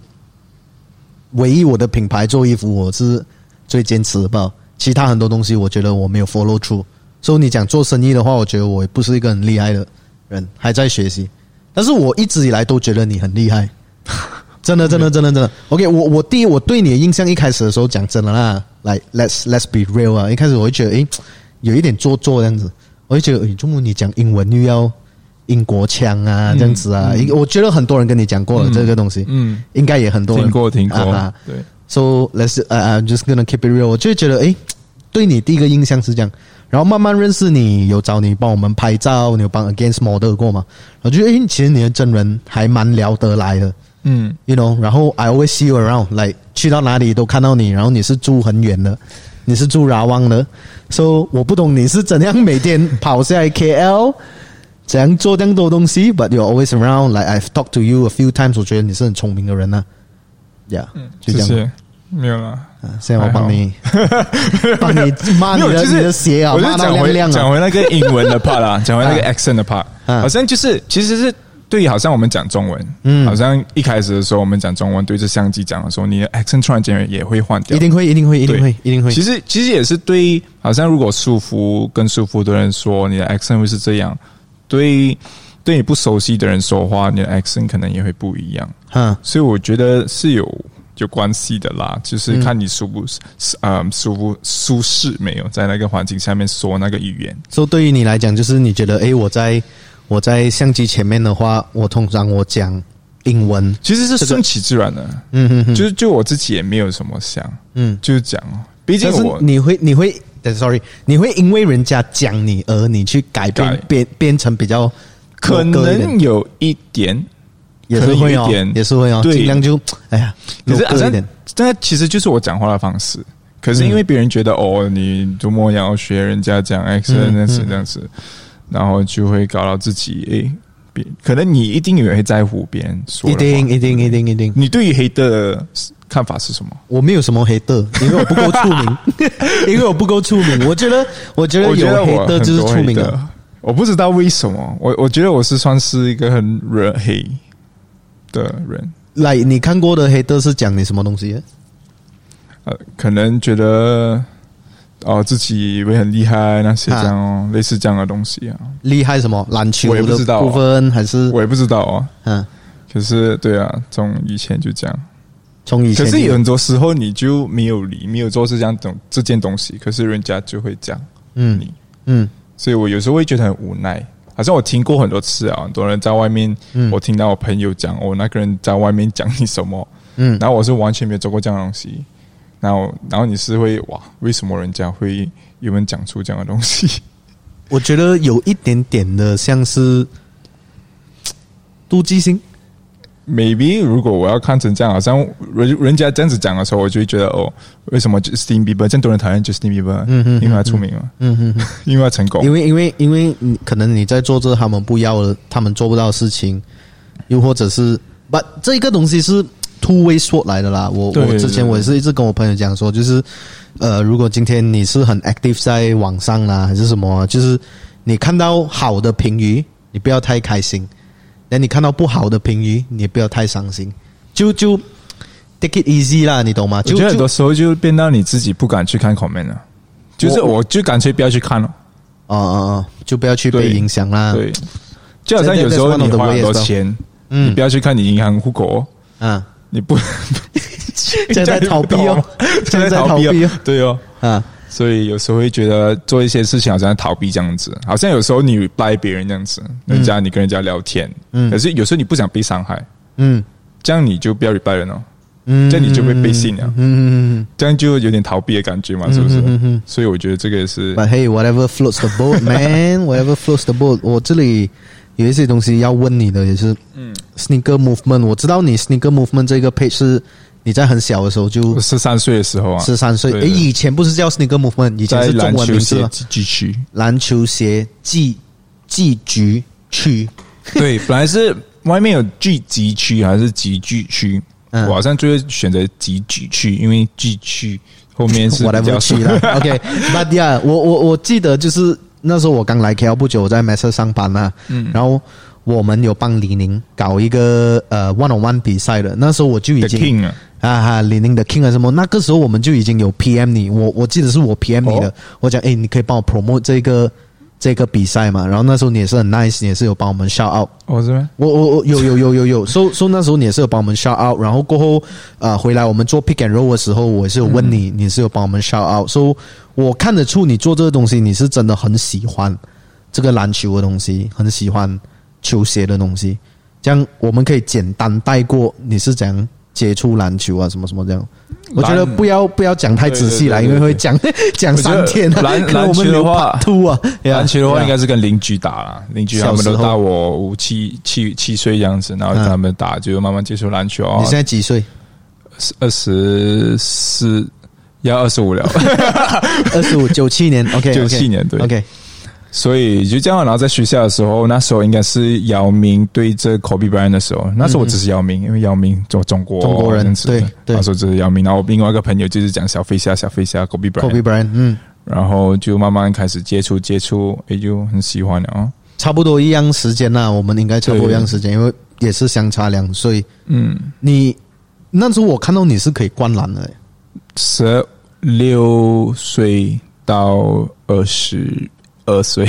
唯一我的品牌做衣服，我是最坚持的吧，其他很多东西我觉得我没有 follow through。所以你讲做生意的话，我觉得我也不是一个很厉害的人，还在学习。但是我一直以来都觉得你很厉害， [LAUGHS] 真的，真的，真的，真的。OK，我我第一我对你的印象一开始的时候讲真的啦，来 let's let's be real 啊，一开始我会觉得诶有一点做作这样子，我会觉得诶，中文你讲英文又要英国腔啊这样子啊，因我觉得很多人跟你讲过了、这个东西，
嗯
应该也很多人
听过听过，
啊哈
对，
So let's uh, I'm just gonna keep it real。我就觉得诶，对你第一个印象是这样，然后慢慢认识你，有找你帮我们拍照，你有帮 Against Model 过嘛？我觉得诶，其实你的真人还蛮聊得来的
嗯，
，you know。然后 I always see you around，like 去到哪里都看到你，然后你是住很远的。你是住拉旺的，so 我不懂你是怎样每天跑下来 KL，怎样做这样多东西，but you're always around。Like I've talked to you a few times，我觉得你是很聪明的人呐、Yeah，、就
谢
这样。
嗯谢，没有啦。
现在我帮你，帮你骂
[LAUGHS] 没
你
有，
的
就
你
是
的鞋啊，
我就
骂到
讲
亮
回
亮
讲
啊。
回那个英文的 part
[LAUGHS]
啦，讲回那个 accent 的 part，
啊
好像就是其实是对，好像我们讲中文，
嗯
嗯，好像一开始的时候我们讲中文，对着相机讲的时候，你的 accent 突然间也会换掉，
一定会，一定会，一
对
定会，一定会
其。实其实也是对，好像如果束缚跟束缚的人说你的 accent 会是这样，对对你不熟悉的人说话，你的 accent 可能也会不一样。
哈，
所以我觉得是有有关系的啦，就是看你舒不舒
嗯
呃舒不舒适没有在那个环境下面说那个语言。
所以对于你来讲，就是你觉得，诶，我在我在相机前面的话，我通常我讲英文，
其实是顺其自然的，
嗯嗯嗯，
就是就我自己也没有什么想，
嗯
就是讲哦，毕竟
但是
我
你会，你会呃，sorry，你会因为人家讲你而你去改变
改，
变变成比较
可
多个一点
能有一点，
也是会哦
可能有一点，
也是会哦，
对
尽量就哎呀，
可是好
local 一
像
点，
但其实就是我讲话的方式。可是因为别人觉得、哦，你周末要学人家讲 accent
嗯
那是
嗯
这样子，然后就会搞到自己诶、别可能你一定也会在乎别人说
一
的话
定一定一定一定，
你对于黑的看法是什么？
我没有什么黑的，因为我不够出
[LAUGHS]
名，因为我不够出名。我觉得，我觉得
我觉得
有黑
我
的
很
就是
多
出
黑
名
的
了。
我不知道为什么，我我觉得我是算是一个很惹黑的人，
来，你看过的黑的是讲你什么东西的？
呃，可能觉得哦自己以为很厉害那些这样
啊
哦，类似这样的东西啊，
厉害什么篮球
我也不知
的
道啊
部分还是
我也不知道哦。
嗯？
可是对啊，从以前就这样。
从以前
可是
你
有很多时候你就没有理，没有做这样东这件东西，可是人家就会讲
嗯
你，
嗯
所以我有时候会觉得很无奈。好像我听过很多次啊，很多人在外面，
嗯
我听到我朋友讲，哦，那个人在外面讲你什么，
嗯
然后我是完全没有做过这样的东西，然后然后你是会哇，为什么人家会有人讲出这样的东西？
我觉得有一点点的像是妒忌心。
maybe 如果我要看成这样，好像人人家这样子讲的时候，我就会觉得哦，为什么 Justin Bieber 这么多人讨厌 Justin Bieber？
嗯哼
因为他出名嘛，
嗯嗯，嗯
因为他成功
因。为因为因为你可能你在做这他们不要的，他们做不到的事情，又或者是不这一个东西是 two way sword 来的啦。我
对
我之前
对
我也是一直跟我朋友讲说，就是呃，如果今天你是很 active 在网上啦，还是什么啊，就是你看到好的评语，你不要太开心；，那你看到不好的评语，你也不要太伤心，就就 take it easy 啦，你懂吗？
我
就
觉得很
就
多时候就变到你自己不敢去看 comment 了，就是
我
我就干脆不要去看了。
啊啊啊，就不要去被
对
影响啦。
对，就好像有时候
That- 啊 that's
你
one of the
花很
ways
多
咯
钱，
嗯
你不要去看你银行户口，哦
啊。
你
[LAUGHS]
不
现在在逃避 [LAUGHS] 哦
这样
现在
在
在
逃避
逃避哦
哦，对哦。
啊
所以有时候会觉得做一些事情好像在逃避这样子，好像有时候你 reply 别人这样子，人家你跟人家聊天，
嗯
可是有时候你不想被伤害，
嗯
这样你就不要 reply 人哦，
嗯，
这样你就会被信了，
嗯嗯
这样就有点逃避的感觉嘛，是不是？所以我觉得这个也是
嗯。But hey, whatever floats the boat, [LAUGHS] man. whatever floats the boat. 我这里有一些东西要问你的，也是，嗯，sneaker movement。我知道你 sneaker movement 这个 page 是你在很小的时候就
我十三岁的时候啊，
十三岁，
对
诶，
对
以前不是叫 sneaker movement，以前
在
是中
篮
文
球
名字啊
鞋
吗
地区，
篮球鞋寄寄局区，
对，本来是外面有聚集区还是集聚区，
嗯
我好像就会选择集聚区，因为聚区后面
[LAUGHS]
是比
whatever
较
去
[LAUGHS]
了。OK，But、yeah，我我我记得就是那时候我刚来 KL 不久，我在 m a s t e r 上班嘛，嗯，然后我们有帮李宁搞一个呃 one on one 比赛的，那时候我就已
The
经
King 啊，
啊哈李宁的 King 啊什么，那个时候我们就已经有 PM 你，我我记得是我 PM 你的，
哦
我讲诶，你可以帮我 promote 这个这个比赛嘛，然后那时候你也是很 nice，你也是有帮我们 shout out。
哦是吗？
我我我有有有有有，so so 那时候你也是有帮我们 shout out，然后过后呃回来我们做 pick and roll 的时候，我也是有问你，
嗯
你是有帮我们 shout out，so 我看得出你做这个东西，你是真的很喜欢这个篮球的东西，很喜欢球鞋的东西，这样我们可以简单带过你是怎样接触篮球啊，什么什么这样。我觉得
篮
不要不要讲太仔细啦，
对
因
对对
为会
[LAUGHS]
讲讲三天啊。
我觉得篮
可能
篮
我们
球的
留
话
part two 啊，
篮球的话应该
是
是跟邻居打啦，邻居他
小
们
时候
都大我五七七七岁这样子，然后
嗯
他们打就慢慢接触篮球哦
你现，在
[LAUGHS]
几岁？
二十四要二十五
[LAUGHS]
了，
二十五，九七年，OK，
97年对
，OK，
所以就这样，然后在学校的时候，那时候应该是姚明对这 Kobe Bryant 的时候，那时候我只是姚明，因为姚明中中国
中国人
这样子
对对
那时候只是姚明，然后我另外一个朋友就是讲小飞侠，小飞侠 Kobe Bryant，
Kobe Bryant，嗯，
然后就慢慢开始接触接触，也就很喜欢了哦。
差不多一样时间啦，我们应该差不多一样时间，因为也是相差两岁。
嗯，
你那时候我看到你是可以灌篮的、欸，
十六岁到二十二岁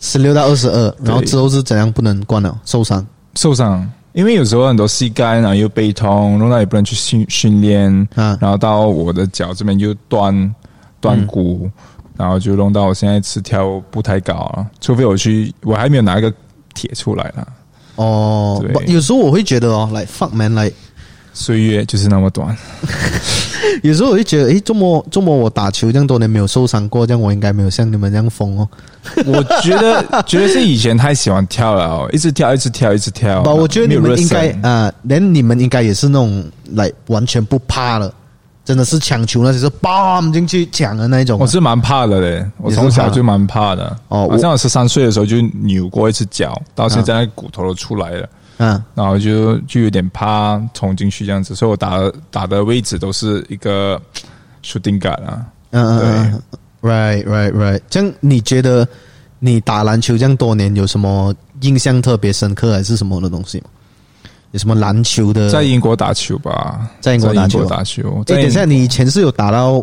十六到二十二，然后之后是怎样不能灌了？受伤，
受伤。因为有时候很多膝盖，然后又背痛，弄到也不能去训训练，
啊
然后到我的脚这边就断断骨，然后就弄到我现在吃跳不太高了，除非我去，我还没有拿一个铁出来啦。
哦
对，
不有时候我会觉得哦，来 fuck man，来 [LAUGHS]
岁月就是那么短，
有时候我就觉得，诶，这么这么我打球这样多年没有受伤过，这样我应该没有像你们这样疯哦。
我觉得觉得是以前太喜欢跳了哦，一直跳，一直跳，一直跳。
不，我觉得
哦没
你
有热
们
身
应该啊，连你们应该也是那种来完全不怕了，真的是抢球那些是 bam 进去抢的那一种啊、
哦我是蛮怕的嘞，我从小就蛮怕的。
哦我啊
好像我十三岁的时候就扭过一次脚，到现在骨头都出来了，
嗯
然后就就有点怕冲进去这样子，所以我打的打的位置都是一个 shooting guard 啊。
嗯嗯嗯，right right right。这样你觉得你打篮球这样多年有什么印象特别深刻还是什么的东西吗？有什么篮球的？
在英国打球吧，
呃在英国打球
打球。
哎、
在英
等一下，你以前是有打到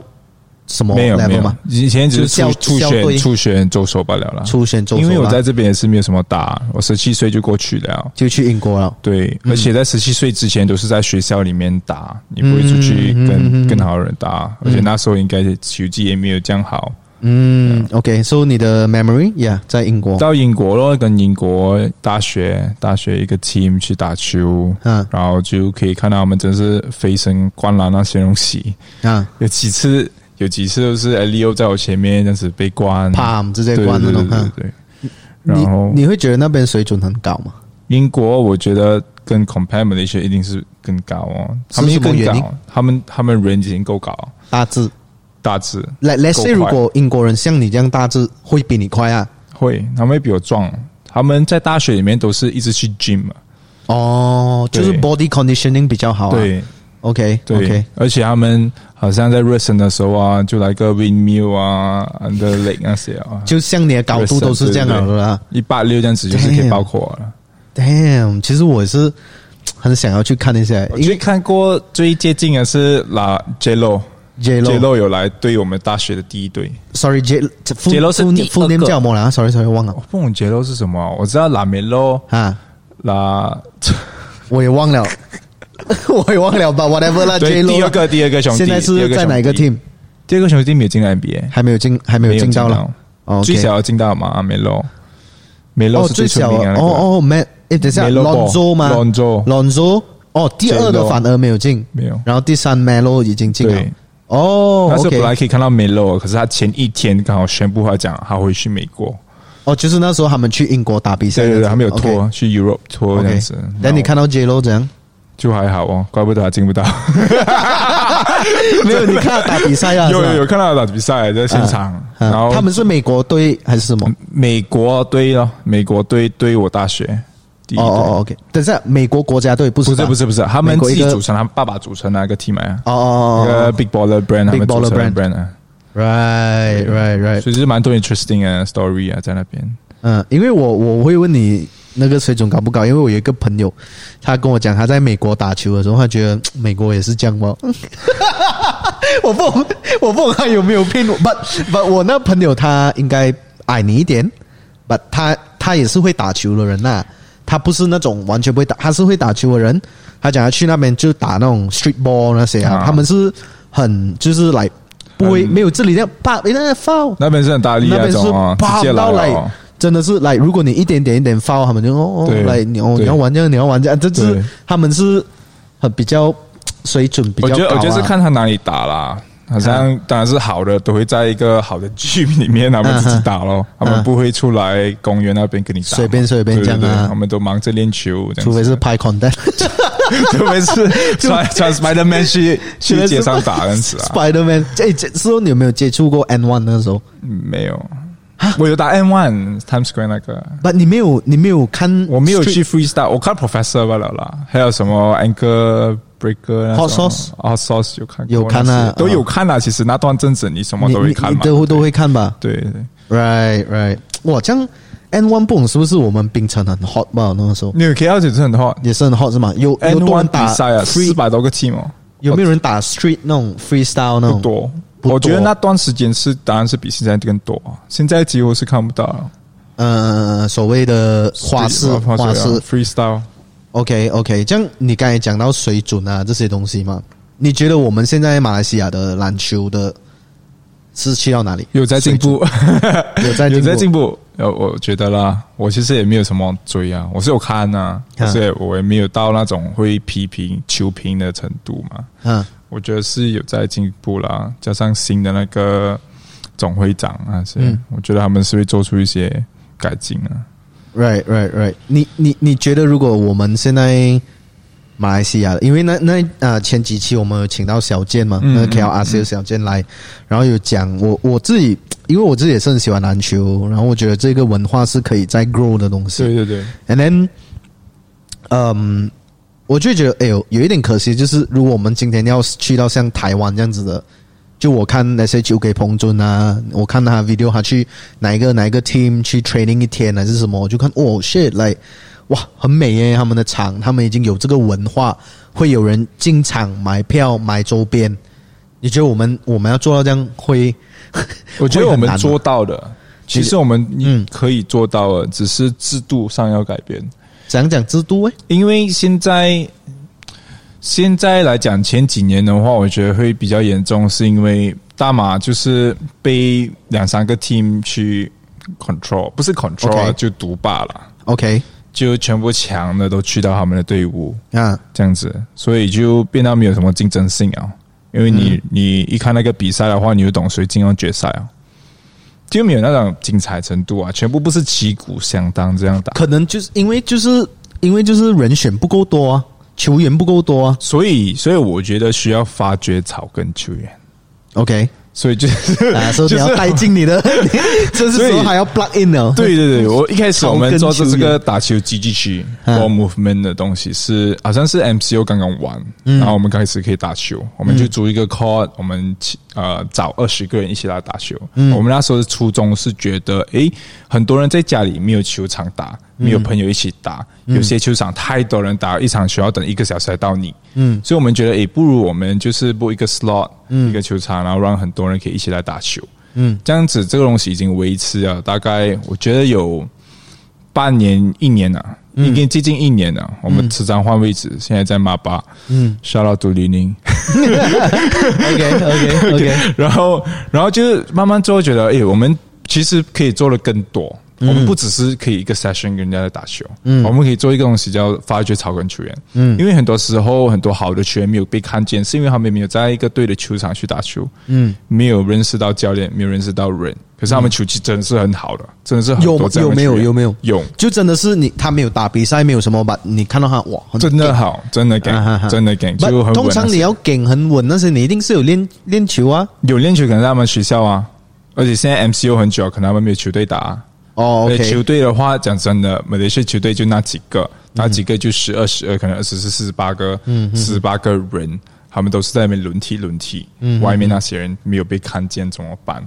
什么
没有没
level
有
吗？，
以前只是
就
初
校
初
校队
选初选做手罢了啦。
初选做
因为
手
我
啦
在这边也是没有什么打，我十七岁就过去了。
就去英国了。
对，
嗯
而且在十七岁之前都是在学校里面打，你不会出去
嗯嗯嗯嗯
跟
嗯
更好的人打，而且那时候应该球技也没有这样好。
嗯，OK，so、你的 memory，yeah，在英国。
到英国咯，跟英国大学大学一个 team 去打球，
嗯
然后就可以看到他们真是飞身灌篮那些东西， [LAUGHS]
啊
有几次有几次都是 Leo 在我前面这样子被灌，
，palm 直接
对对
关那
对对
种。
对
嗯
对，然后
你你会觉得那边水准很高吗？
英国我觉得跟 compare Malaysia 一定是更高哦，他们
是什么
更
原因
高，他们他们人已经够高，
大致
大致
，let let's say，
够
如
快
果英国人像你这样大致，会比你快啊。
会，他们会比我壮。他们在大学里面都是一直去 gym 啊嘛，
哦，就是 body conditioning 比较好、啊。
对
，OK
对
OK，
而且他们好像在热身的时候啊，就来个 windmill 啊，under leg 那些啊，
就像你的高度都是这样好的啦。
一八六这样子就是可以包括啊了。
Damn，其实我也是很想要去看一下，
我
因
最
为
看过最接近的是拉 J Lo。J
J Lo，Sorry
Lo 有来对我们大学的第一队，
J
J Lo
Lo，J
是第二个
full name 叫什么啦？Sorry Sorry，忘了
我不懂 J Lo 是什么啊，我知道拉梅洛、
啊，
拉，
我也忘了， [LAUGHS] 我也忘了吧，whatever 啦
对
，J Lo 啦。
第二个第二个兄弟
现在
第
是
二个
在哪个
兄弟
team？
第二个兄弟没有进 NBA，
还没有进，还没有进到了。哦，
最小要进到嘛，梅洛，梅洛
哦，
是最
最
出
小
名的那个。
哦哦，Man，哎，等一下
Melo
，Lonzo 吗
Lonzo
Lonzo，哦，第二
J-Lo
的反而没有进，
没有
然后第三 Melo 已经进了
对。
哦
那时候本来
，OK，
可以看到梅洛，可是他前一天刚好宣布他讲他会去美国，
哦，就是那时候他们去英国打比赛
对
那
对
种，
对，他没有
OK
拖去 Europe 拖这样
OK，
子。
那你看到 J Lo
[LAUGHS]
怎样？
就还好哦，怪不得他进不
[LAUGHS]
到。
没有，你看他打比
[LAUGHS]
赛啊？
有
是吧
有有看到他打比赛在现场，
啊
然后嗯
他们是美国队还是什么？
美国队哦，美国队对我大学第一
哦
队。
哦哦，OK，等一下，美国国家队不是
不是
吧
不是不是，他们
美国
自
一
己
个
组成，他们爸爸组成那个 team 啊，
哦
那
哦
个
哦
Big Baller Brand 他
Big
们组
Baller
成的
Brand
brand 啊，
哦，right right right，
所以是蛮多 interesting 的 story 啊，在那边。
嗯，因为我我会问你那个水准高不高，因为我有一个朋友，他跟我讲他在美国打球的时候，他觉得嗯美国也是这样吗？ [LAUGHS] 我不懂我不懂他有没有骗我，不不，我那朋友他应该矮你一点，不他他也是会打球的人呐、他不是那种完全不会打，他是会打球的人。他讲他去那边就打那种 street ball 那些啊，
啊
他们是很就是来不会
很
没有这里这样啪，那个 foul，
那边是很大力
那
那
边是
种啊，直接
啪
来
到
了哦
来。，真的是来，如果你一点点一点发，他们就哦哦
对
来，你哦
对
你要玩这样，你要玩这样，这
对
是他们是很比较呃水准比
我
较
觉
高、
得
啊。嗯
我觉得是看他哪里打啦，好像当然是好的都会在一个好的 gym 里面他们自己打咯，他们不会出来公园那边跟你打嘛，
嗯随便随便
对对
这样啊
对他们都忙着练球，这样子
[LAUGHS] 除非是拍 content，
[LAUGHS] 除
[LAUGHS]
非是穿穿 Spider Man 去去街上打这样
[LAUGHS]
子啊，
Spider Man，这这之后你有没有接触过 N One 那时候？
没有。
啊
我有打 M One Times Square 那个，
不，你没有你没有看，
我没有去 freestyle，我看 Professor 罢了啦，还有什么 Anchor Breaker 那种
Hot Sauce
Hot Sauce 有看过
有看啊
那些都有看啊。其实那段阵子你什么
你
都会看
你
嘛，
你都都会看吧
对对对。
？Right right，哇，这样 N One 不懂是不是我们槟城很 hot 吧？那个时候
你有 K 二九是很 hot。
也是很 hot 是吗？有有
嗯 N
多
one
人
比
打
赛啊，四
free，
百多个 team 哦，
有没有人打 street 那种 freestyle 那
不
种？
多。
嗯不多
我觉得那段时间是当然是比现在更多啊，现在几乎是看不到了。
呃，所谓的花式
对花
花
式啊
式
freestyle，
OK OK，这样你刚才讲到水准啊这些东西嘛，你觉得我们现在马来西亚的篮球的是去到哪里？
有在进步，
有在进
[LAUGHS] 有
步
在进步。呃，我觉得啦，我其实也没有什么追啊，我是有
嗯
看啊，可是我也没有到那种会批评球评的程度嘛。
嗯
我觉得是有在进步啦，加上新的那个总会长啊，是、
嗯
我觉得他们是会做出一些改进啊。
Right, right, right 你。你你觉得，如果我们现在马来西亚的，因为那那啊、前几期我们有请到小健嘛，
嗯
那
嗯
K L R C 小健来，然后有讲我我自己，因为我自己也是很喜欢篮球，然后我觉得这个文化是可以再 grow 的东西。
对对对，
And then，嗯，我就觉得，哎呦，有一点可惜，就是如果我们今天要去到像台湾这样子的，就我看 S H U 给彭尊啊，我看他 video，他去哪一个哪一个 team 去 training 一天还是什么，我就看，哦 shit，来、哇，很美耶，他们的场，他们已经有这个文化，会有人进场买票买周边。你觉得我们我们要做到这样会？
我觉得
会
我
很
们
难吗
做到的，其实我们
嗯
可以做到的，只是制度上要改变。
讲讲制度诶，
因为现在现在来讲，前几年的话，我觉得会比较严重，是因为大马就是被两三个 team 去 control，不是 control 啊
OK
就独霸了，
，OK
就全部强的都去到他们的队伍
啊，
这样子，所以就变到没有什么竞争性啊。因为你、你一看那个比赛的话，你就懂谁进入决赛啊，就没有那种精彩程度啊，全部不是旗鼓相当这样打。
可能就是因为就是因为就是人选不够多啊，球员不够多啊。
所以，所以我觉得需要发掘草根球员。
OK，
[LAUGHS] 所以就是
[LAUGHS] 啊，所以
就
你
是
要带进
[LAUGHS]
你的，这是时候还要 plug in 哦。
对对对，我一开始我们做
草
这
根球
这
员
个打球 GG 区
嗯
ball movement 的东西是好像是 MCO 刚刚完，
嗯
然后我们开始可以打球，我们就租一个 court，我们起呃找二十个人一起来打球。
嗯
我们那时候的初衷是觉得，诶，很多人在家里没有球场打，没
嗯
有朋友一起打，有些球场太多人打，一场球要等一个小时才到你。嗯，所以我们觉得，诶，不如我们就是布一个 slot，一个球场，然后让很多人可以一起来打球。
嗯
这样子这个东西已经维持了大概，我觉得有半年、一年了、已经接近一年了。我们时常换位置，现在在马巴，嗯，shout out to 李宁。
，OK
[LAUGHS]
OK OK，
然后，然后就是慢慢之后觉得，诶，我们其实可以做的更多。我
嗯
们不只是可以一个 session 跟人家在打球，嗯，我们可以做一个东西叫发掘草根球员，嗯，因为很多时候很多好的球员没有被看见，是因为他们没有在一个对的球场去打球，嗯，没有认识到教练，没有认识到人，可是他们球技真的是很好的，真的是很多
嗯有
这样
有
的
没有
球员
有没有
有，
就真的是你他没有打比赛，没有什么吧？你看到他哇，很
真的好，真的给
啊哈哈，
真的给，
But
就很
通
稳啊
常你要梗很稳，但是你一定是有练练球啊。
有练球可能在他们学校啊，而且现在 MCO 很久，可能他们没有球队打、啊。
哦
而且球
，OK，
队的话，讲真的，马来西亚球队就那几个，那几个就十二、十二，可能二十四、四十八个，四十八个人，他们都是在那边轮替轮替。外面那些人没有被看见怎么办？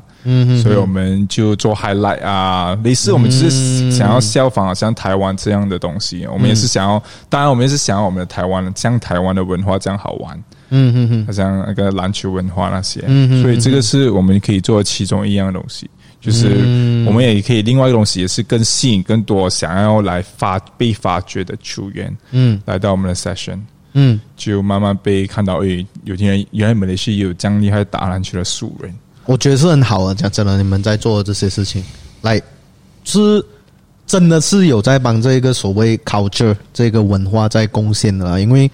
所以我们就做 highlight 啊，类似我们就是想要效仿好像台湾这样的东西，我们也是想要，当然我们也是想要我们的台湾像台湾的文化这样好玩。
嗯嗯嗯，
好像那个篮球文化那些，所以这个是我们可以做的其中一样东西，就是
嗯
我们也可以另外一个东西，也是更吸引更多想要来发被发掘的球员，嗯，来到我们的 session，
嗯，
就慢慢被看到，诶，有些人原来马来西亚也有这样厉害打篮球的素人，
我觉得是很好啊。讲真的，你们在做这些事情，来是真的是有在帮这个所谓 culture 这个文化在贡献的啦。因为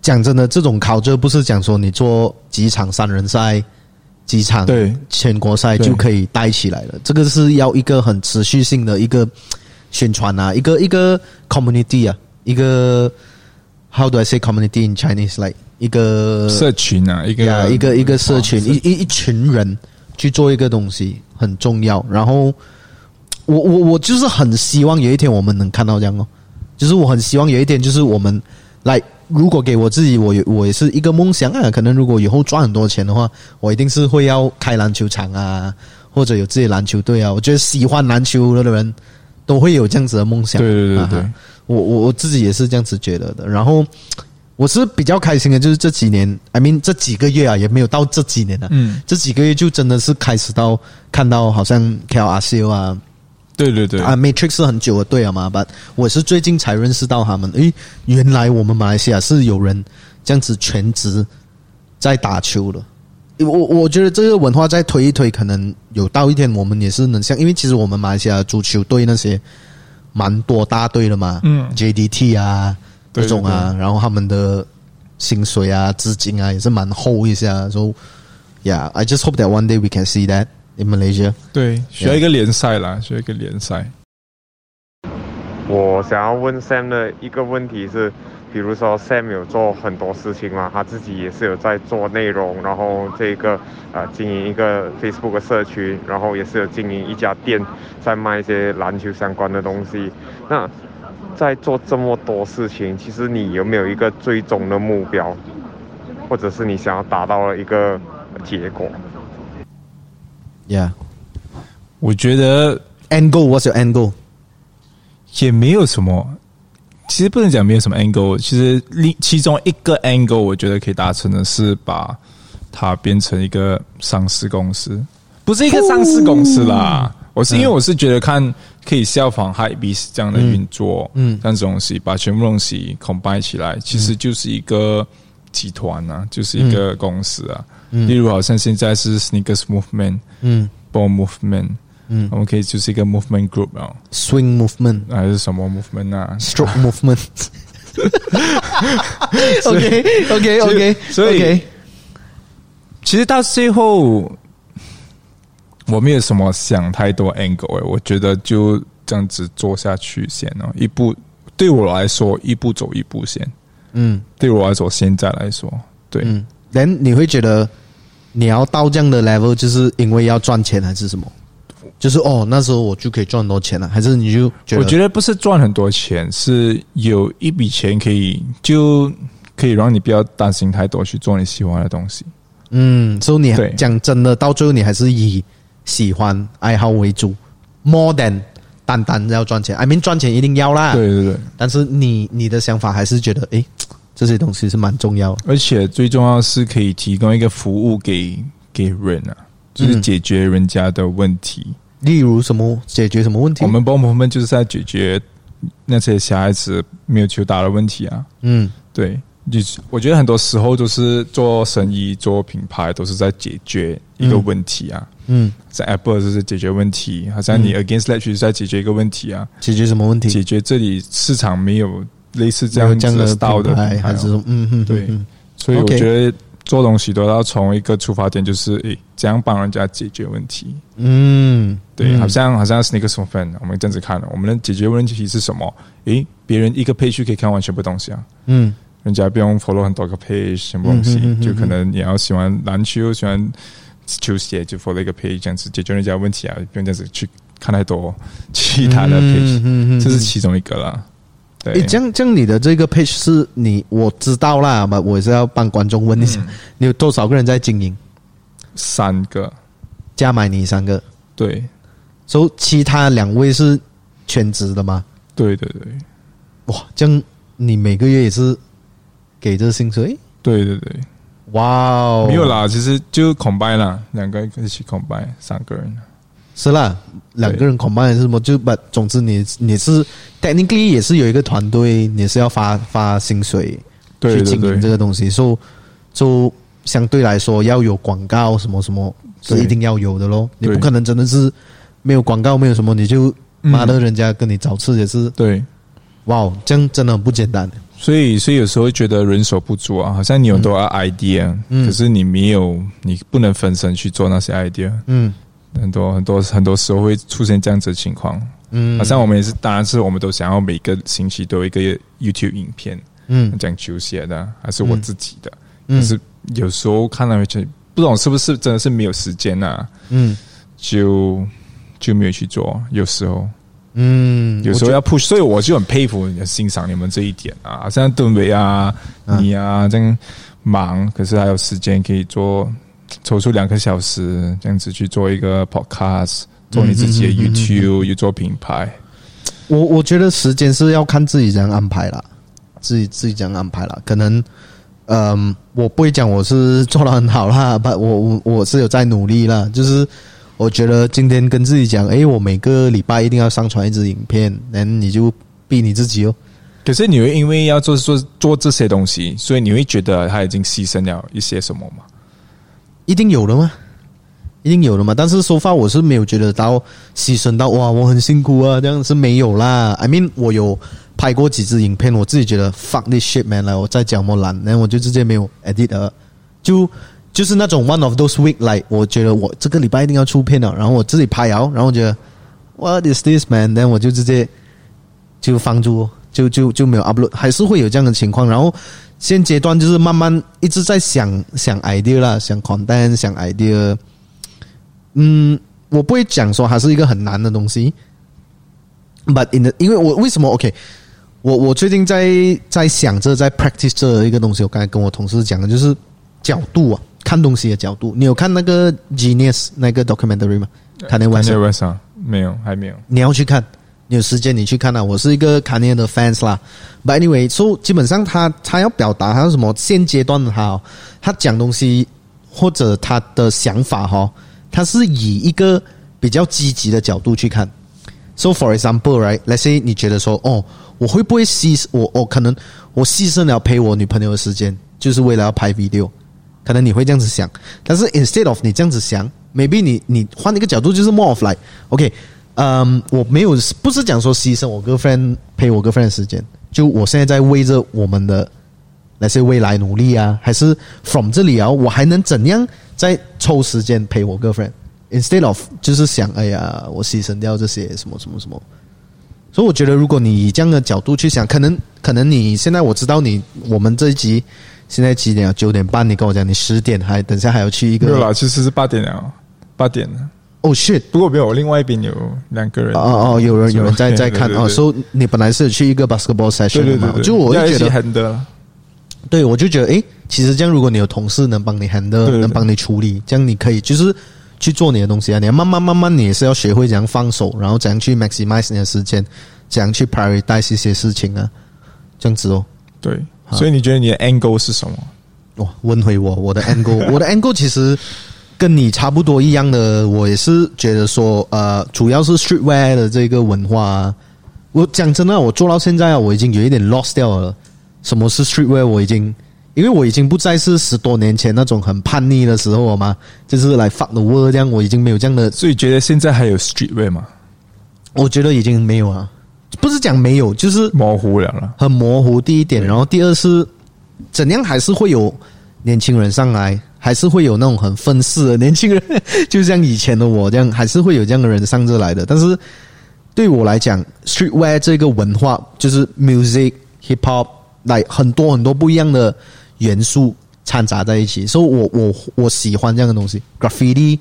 讲真的，这种 culture 不是讲说你做几场三人赛、几场
对
全国赛
对
就可以带起来了，这个是要一个很持续性的一个宣传啊，一个一个 community 啊，一个 how do I say community in Chinese like 一个
社群啊，一
呃呀，
个
一个一个社群，
哇
一一一群人去做一个东西很重要。然后，我我我就是很希望有一天我们能看到这样哦，就是我很希望有一天就是我们来，如果给我自己，我也我也是一个梦想啊。可能如果以后赚很多钱的话，我一定是会要开篮球场啊，或者有自己的篮球队啊。我觉得喜欢篮球的人都会有这样子的梦想。
对对对
啊哈
对
我我我自己也是这样子觉得的。然后我是比较开心的，就是这几年，I mean 这几个月啊，也没有到这几年啊，
嗯，
这几个月就真的是开始到看到好像 KLRCU 啊
对对对，
啊 Matrix 是很久的队啊嘛，但我是最近才认识到他们，诶，原来我们马来西亚是有人这样子全职在打球的。我我觉得这个文化再推一推，可能有到一天我们也是能像，因为其实我们马来西亚足球队那些蛮多大队的嘛，
嗯
，JDT 啊
对
这种啊，然后他们的薪水啊、资金啊也是蛮厚一下。So yeah, I just hope that one day we can see that in Malaysia.
对，需要一个联赛啦，需要一个联赛。
我想要问 Sam 的一个问题是，比如说 Sam 有做很多事情嘛，他自己也是有在做内容，然后这个呃经营一个 Facebook 的社区，然后也是有经营一家店，在卖一些篮球相关的东西。那在做这么多事情，其实你有没有一个最终的目标，或者是你想要达到的一个结果？
Yeah,
我觉得
end goal. What's your end goal?
也没有什么，其实不能讲没有什么 angle。其实另其中一个 angle，我觉得可以达成的是把它变成一个上市公司，不是一个上市公司啦。我是因为我是觉得看可以效仿 h y b e s 这样的运作，嗯，这样子东西把全部东西 combine 起来，其实就是一个集团啊，就是一个公司啊。例如好像现在是 Sneakers Movement，嗯，Ball Movement，嗯，我们可以就是一个 Movement Group 啊。
Swing movement,
还是什么 movement 啊？ [LAUGHS]
stroke movement. OK, OK, OK.
所以
OK
其实到最后，我没有什么想太多 angle，、欸、我觉得就这样子做下去先哦，一步对我来说一步走一步先，
嗯
对我来说现在来说，对，
嗯，人你会觉得你要到这样的 level，就是因为要赚钱还是什么？就是哦，那时候我就可以赚很多钱了，还是你就觉得？
我觉得不是赚很多钱，是有一笔钱可以就可以让你不要担心太多，去做你喜欢的东西。
嗯，所以
对
你讲真的，到最后你还是以喜欢爱好为主，more than 单单要赚钱。I mean 赚钱一定要啦，
对。对对。
但是你你的想法还是觉得，诶，这些东西是蛮重要的。
而且最重要是可以提供一个服务给给人啊，
嗯
就是解决人家的问题。
例如什么解决什么问题？
我们帮我们就是在解决那些小孩子没有球打的问题啊。
嗯
对，就是我觉得很多时候都是做生意、做品牌，都是在解决一个问题啊。
嗯，
在 Apple 就是解决问题，好像你 Against Ledge 就是在解决一个问题啊，
解决什么问题？
解决这里市场没有类似这
没有
样
这
子
样的
道的
品牌
品牌
还
哦
是什么嗯嗯
对
嗯，
所以我
OK
觉得做东西都要从一个出发点，就是诶，怎样帮人家解决问题。
嗯，
对，好像好像 Sneakers for Fun，我们这样子看，我们的解决问题是什么？诶，别人一个 page 可以看完全部东西啊，
嗯
人家不用 follow 很多个 page 什么东西，就可能你要喜欢篮球，喜欢球鞋，就 follow 一个 page 这样子解决人家问题啊，不用这样子去看太多其他的 page，、
嗯嗯嗯嗯
这是其中一个啦。对，
诶，这样这样，你的这个 page 是你我知道啦，嘛，我也是要帮观众问一下，
嗯
你有多少个人在经营？
三个，
加买你三个，
对，
所以其他两位是全职的吗？
对对对，
哇，这样你每个月也是给这薪水？
对对对。
哇哦，
没有，啦，其实就 combine 啦，两个一起 combine，三个人。
是啦，两个人 combine 还是什么？就把总之你你是 technically 也是有一个团队，你是要发发薪水
对
去
对
经营这
对，
个东西，所以就相对来说要有广告什么什么是
对
一定要有的咯，你
对
不可能真的是没有广告没有什么你就
嗯
妈的人家跟你找吃也是、
对，
哇哦，这样真的很不简单。
所以所以有时候会觉得人手不足啊，好像你有很多
嗯
idea，、可是你没有，你不能分身去做那些 idea。
嗯
很多很多很多时候会出现这样子的情况。
嗯
好像我们也是，当然是我们都想要每个星期都有一个 YouTube 影片，
嗯
讲球鞋的还是我自己的，
嗯
可是有时候看到就不懂是不是真的是没有时间呐、啊，
嗯
就就没有去做，有时候。
嗯，
有时候
我觉
要 push，所以我就很佩服、很欣赏你们这一点啊。像敦伟啊、
嗯
你啊这样忙，可是还有时间可以做，抽出两个小时这样子去做一个 podcast，做你自己的
嗯
YouTube，又做品牌。
我我觉得时间是要看自己怎样安排啦，自己自己怎样安排啦。可能，嗯，我不会讲我是做的很好啦，不，我我我是有在努力啦。就是我觉得今天跟自己讲，诶，我每个礼拜一定要上传一支影片，然后你就逼你自己哦。
可是你会因为要做做做这些东西，所以你会觉得他已经牺牲了一些什么吗？
一定有的吗？一定有的嘛。但是说法我是没有觉得到牺牲到哇，我很辛苦啊，这样是没有啦。I mean，我有拍过几支影片，我自己觉得 fuck this shit man，来我再讲莫兰，然后我就直接没有 edit 了，就就是那种 one of those week like，我觉得我这个礼拜一定要出片了，然后我自己拍了，然后我觉得 what is this man，然后我就直接就放住，就就就没有 upload，还是会有这样的情况，然后。现阶段就是慢慢一直在想想 idea 啦，想 content，想 idea。嗯，我不会讲说它是一个很难的东西，but in the, 因为我为什么 OK？我我最近在在想着在 practice 这一个东西，我刚才跟我同事讲的就是角度啊，看东西的角度。你有看那个 Genius 那个 documentary 吗？看那晚
没
上
有晚上没有，还没有。
你要去看，你有时间你去看啊。我是一个 Kanye 的 fans 啦，But anyway，so 基本上他他要表达他是什么现阶段的他、哦，他讲东西或者他的想法哈、哦，他是以一个比较积极的角度去看。So for example, right? Let's say 你觉得说，哦，我会不会牺我我可能我牺牲了陪我女朋友的时间，就是为了要拍 video，可能你会这样子想。但是 instead of 你这样子想，maybe 你你换一个角度，就是 more of like OK，嗯、我没有不是讲说牺牲我 girlfriend 陪我 girlfriend 的时间，就我现在在为着我们的那些未来努力啊，还是 from 这里啊，我还能怎样再抽时间陪我 girlfriend？Instead of 就是想，哎呀，我牺牲掉这些什么什么什么。所以我觉得，如果你以这样的角度去想，可能可能你现在我知道你我们这一集现在几点啊？九点半，你跟我讲你十点还等下还要去一
没有
个
啦，其实是八点了，八点了。
哦 shit
不过没有，我另外一边有两个人。
哦哦，有人有人在在看哦，
说
所以你本来是去一个
对
basketball session
对
的
对
嘛
对，，
就我
要
会
一
觉
起
得
喊的啦。
对，我就觉得，诶，其实这样，如果你有同事能帮你 handle，
对对
能帮你处理，这样你可以就是去做你的东西啊。你要慢慢慢慢，你也是要学会怎样放手，然后怎样去 maximize 你的时间，怎样去 prioritize 一些事情啊，这样子哦。
对，所以你觉得你的 angle 是什么？
哇，问回我，我的 angle，我的 [LAUGHS] angle 其实跟你差不多一样的，我也是觉得说，呃，主要是 streetwear 的这个文化啊。我讲真的，我做到现在啊，我已经有一点 lost 掉了。什么是 streetwear？我已经，因为我已经不再是十多年前那种很叛逆的时候了嘛，就是来 fuck the world 这样，我已经没有这样的
所以觉得现在还有 streetwear 吗？
我觉得已经没有啊，不是讲没有，就是
模糊了啦。
很模糊。第一点，然后第二是，怎样还是会有年轻人上来，还是会有那种很愤世的年轻人，就像以前的我这样，还是会有这样的人上这来的。但是对我来讲，streetwear 这个文化就是 music、hip hop，来很多很多不一样的元素掺杂在一起，所以我我我喜欢这样的东西，graffiti。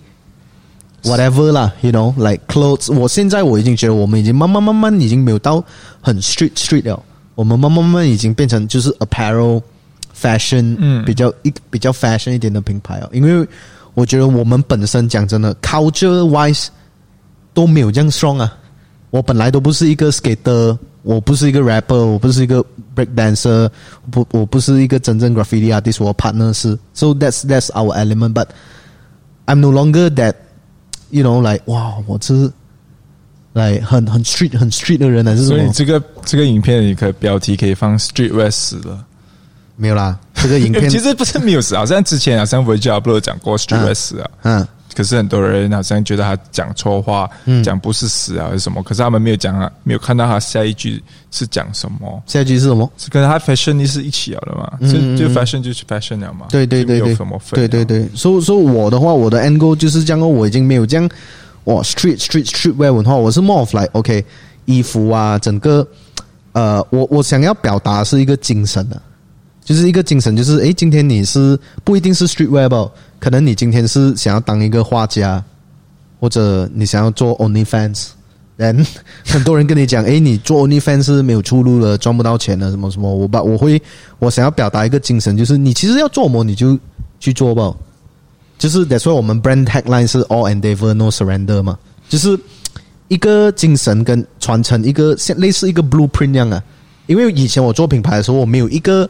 whatever 啦，you know，like clothes。我现在我已经觉得我们已经慢慢慢慢已经没有到很 street street 了，我们慢慢慢慢已经变成就是 apparel fashion，
嗯
比较一比较 fashion 一点的品牌哦。因为我觉得我们本身讲真的，culture wise 都没有这样 strong 啊。我本来都不是一个 skater，我不是一个 rapper，我不是一个 break dancer，不，我不是一个真正 graffiti artist，我 partner 是，so that's that's our element，but I'm no longer that you know like 哇，我是来很很 street 很 street 的人还是什
所以
么？
这个这个影片你可以标题可以放 streetwear 死了。
没有啦，这
[LAUGHS]
个影片
其实不是没有死，好像之前好像 Virgil Abloh 讲过 streetwear
啊
死啊。
嗯
可是很多人好像觉得他讲错话，讲不是死啊，还是什么？可是他们没有讲啊，没有看到他下一句是讲什么。
下一句是什么？
是跟他 fashion 是一起了的嘛？
嗯
就
嗯
就
嗯
fashion 就是 fashion 了嘛？
对对对
就没
对
有什么，分
对
了
对对。所以所以我的话，我的 angle 就是这样哦，我已经没有这样哇 street street street wear 文化，我是 more of like OK 衣服啊，整个呃，我我想要表达是一个精神的、就是一个精神，就是诶，今天你是不一定是 street wear 吧，可能你今天是想要当一个画家，或者你想要做 OnlyFans。人 [LAUGHS] 很多人跟你讲，诶，你做 OnlyFans 是没有出路了，赚不到钱了，什么什么。我把我会，我想要表达一个精神，就是你其实要做么，你就去做吧。就是 that's why 我们 brand tagline 是 all endeavor no surrender 嘛，就是一个精神跟传承一个像类似一个 blueprint 一样啊。因为以前我做品牌的时候，我没有一个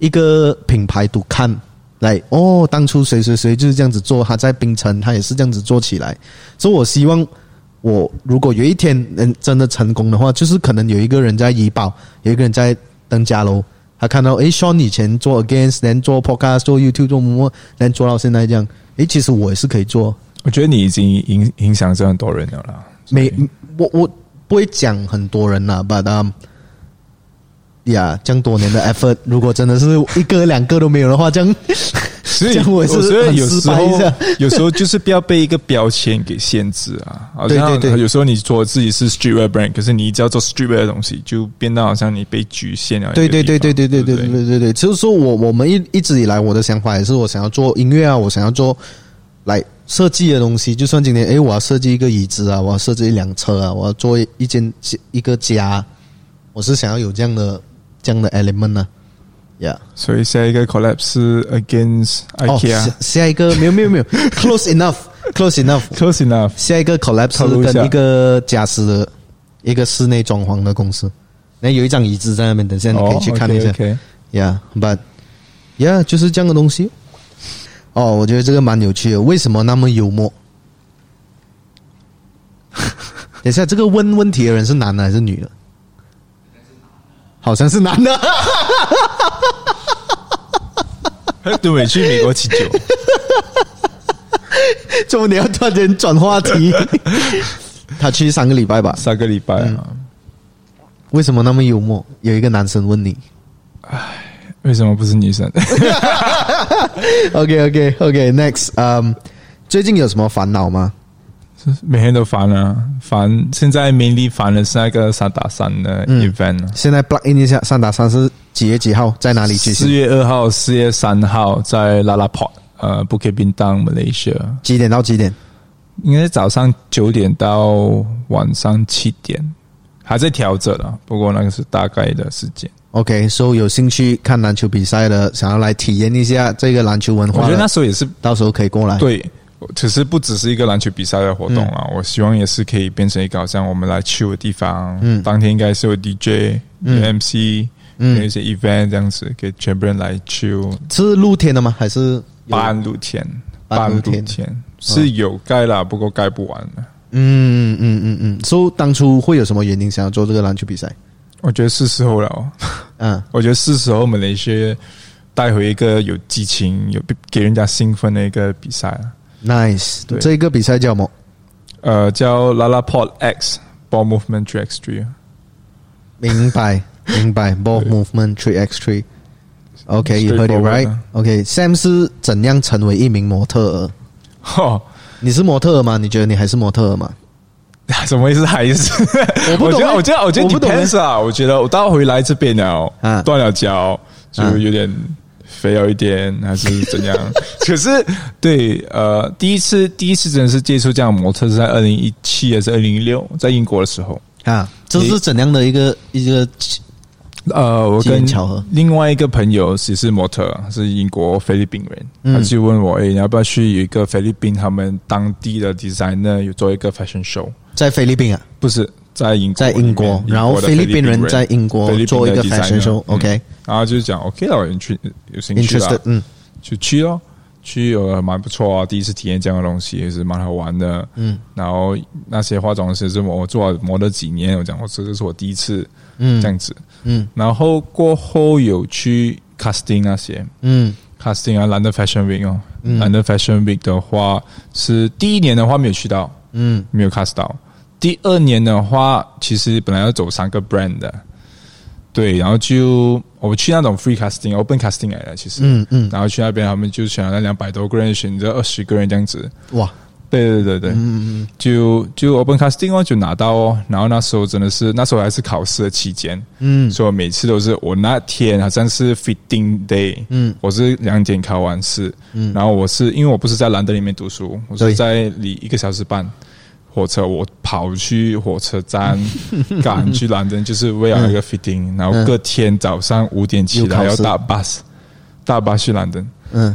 一个品牌独看来哦，当初谁谁谁就是这样子做，他在冰城他也是这样子做起来，所以我希望。我如果有一天能真的成功的话，就是可能有一个人在怡保，有一个人在登嘉楼，他看到诶 s e a n 以前做 Against，能做 Podcast，做 YouTube，做什么，能做到现在这样，诶，其实我也是可以做，
我觉得你已经影影响这很多人了啦。
没，我我不会讲很多人啦，but、um, 呀，um, 这样多年的 effort，如果真的是一个两个都没有的话，这样
所以
这样我也是
觉得
很
有
失
时 [LAUGHS]
败一
候
下 [LAUGHS]
有时候就是不要被一个标签给限制啊。好
对
像
对对
有时候你说自己是 streetwear brand，可是你一直要做 streetwear 的东西，就变到好像你被局限了一个
对
地方。
对对对对对
对
对
不
对对对，就是说我我们一一直以来我的想法也是，我想要做音乐啊，我想要做来设计的东西。就算今天，诶，我要设计一个椅子啊，我要设计一辆车啊，我要做一间一个家，我是想要有这样的这样的 element 呢、啊。Yeah，
所以下一个 collab 是 against
哦，
IKEA、
下下一个没有没有没有，close enough，close enough。 [LAUGHS]
close enough。
下一个 collab
透露一
是
下
跟一个家私的一个室内装潢的公司，那有一张椅子在那边，等一下嗯
哦
你可以去看一下。
o k
Yeah，but yeah，就是这样的东西。哦，我觉得这个蛮有趣的，为什么那么幽默？ [LAUGHS] 等一下，这个问问题的人是男的还是女的？好像是男的。 [LAUGHS]
对，我去美国
[LAUGHS]
吃酒，
怎么你要突然间转话题？ [LAUGHS] 他去三个礼拜吧？
三个礼拜
嗯
啊。
为什么那么幽默？有一个男生问你。
为什么不是女生？ [LAUGHS]
OK OK OK Next，嗯、最近有什么烦恼吗？
每天都烦啊，烦。现在 mainly 烦的是那个三打三的
嗯
event 啊。
现在 plug in 一下，三打三是几月几号在哪里举
四
行？
月二号、四月三号在拉拉 pot，呃，Bukit Bintang Malaysia，
几点到几点？
应该是早上九点到晚上七点，还在调整啊。不过那个是大概的时间。
OK，所、so, 有兴趣看篮球比赛的，想要来体验一下这个篮球文
我
化
觉
的，
得那时候也是
到时候可以过来。
对，只是不只是一个篮球比赛的活动
嗯
啦，我希望也是可以变成一个好像我们来去的地方。嗯，当天应该是有 DJ、有
嗯
MC，有一些 event 这样子，给全部人来去
是露天的吗？还是有
半露天，
半
半
露
露
天
天是有盖啦，不过盖不完啊了。
嗯嗯嗯嗯嗯。所、以当初会有什么原因想要做这个篮球比赛？
我觉得是时候了 [LAUGHS] 哦，
嗯
我觉得是时候马来西亚带回一个有激情、有给人家兴奋的一个比赛了。
，Nice。
对
这个比赛叫什么？
呃，叫 Lala Pod X Ball Movement Three X [LAUGHS] Three，
明白明白。Ball
对
movement three x three。OK，you、heard it
Straightforward
right
啊。
OK，Sam、是怎样成为一名模特儿？
哈，
你是模特儿吗？你觉得你还是模特儿吗？
[LAUGHS] 什么意思？还是
[LAUGHS]
[LAUGHS]
我不懂
觉得，
欸
我觉得，我觉得
我不懂欸
depends 啊。我觉得我到回来这边了
啊，
断了脚，就
啊
有点肥了一点，还是怎
[LAUGHS]
样？可是对，呃，第一次第一次真的是接触这样的模特是在二零一七还是二零一六，在英国的时候。
啊，这
你
是怎样的一个一个
呃，我
机缘
跟
巧合
另外一个朋友也是模特，是英国菲律宾人，
嗯
他就问我，哎、你要不要去有一个菲律宾他们当地的 designer 有做一个 fashion show？
在菲律宾啊？
不是在英国
在
里面，
英国，然后
的
菲律宾人在英国
菲律宾的
做一个 fashion
designer，
show。
嗯
OK，
然后就讲 OK 了，有兴趣有兴趣
interested，
了，
嗯
就去咯，去呃蛮不错啊，第一次体验这样的东西也是蛮好玩的，
嗯，
然后那些化妆师是我做了磨了几年，我讲我这个是我第一次
嗯
这样子，
嗯
然后过后有去 casting 那些，
嗯
casting 啊，London Fashion Week 哦、l o n d o n Fashion Week 的话是第一年的话没有去到，
嗯，
没有 cast 到。第二年的话，其实本来要走三个 brand 的，对，然后就我去那种 free casting、open casting 来的，其实，
嗯嗯
然后去那边他们就选了两百多个人，选择二十个人这样子，
哇，
对对对对，嗯嗯，就就 open casting 哦，就拿到哦，然后那时候真的是那时候还是考试的期间，
嗯
所以我每次都是我那天好像是 fitting day，
嗯
我是两点考完试，嗯，然后我是因为我不是在兰德里面读书，我
对
是在离一个小时半火车，我跑去火车
[LAUGHS]
站赶去兰登，就是为了那个 fitting，、然后隔天早上五点起
又嗯考
来要
试
搭 bus，搭 bus 去兰登，
嗯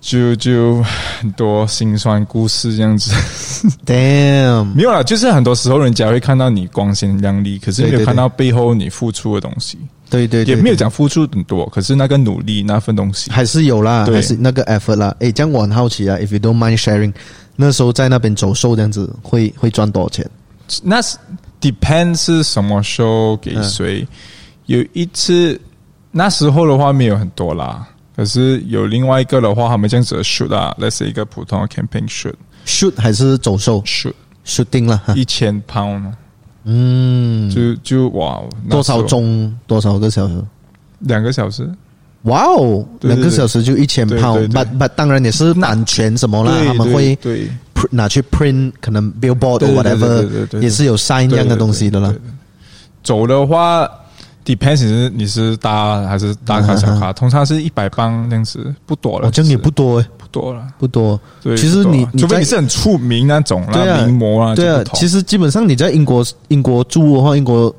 就就很多心酸故事这样子。
，damn，
没有啦，就是很多时候人家会看到你光鲜亮丽，可是没
对
有
对对
看到背后你付出的东西，
对对对，
也没有
对，
讲付出很多，可是那个努力那份东西，
还是有啦，
对
还是那个 effort 啦。诶，这样我很好奇啊，if you don't mind sharing，那时候在那边走秀这样子会会赚多少钱？
那是 depend 是什么时候给谁。有一次那时候的话没有很多啦，可是有另外一个的话，他们这样子的 shoot 啊，那是一个普通的 camping shoot
shoot 还是走秀
shoot
shooting 啦哈
一千 pound，啊
嗯，
就就哇，那
多
时候
少钟多少个小时？
两个小时？
哇哦，
对对
两个小时就一千
对对
炮，
对
那那当然也是版权什么啦，
对
他们会
对对
pr- 拿去 print 可能 billboard
对对对
or
对对对
whatever，
对
也是有 sign 这样的东西的啦
对。对对对走的话，depends 你是你是大还是大卡小
嗯嗯
卡，通常是一百磅哦那样子，不多了。
我这样也不多欸，
不多了。
不多。
对，
其实
不多了
你
除非你
在
是很出名那种
对啊
啦，名模啊，
对
就
啊
不，同
其实基本上你在英国英国住的话，英国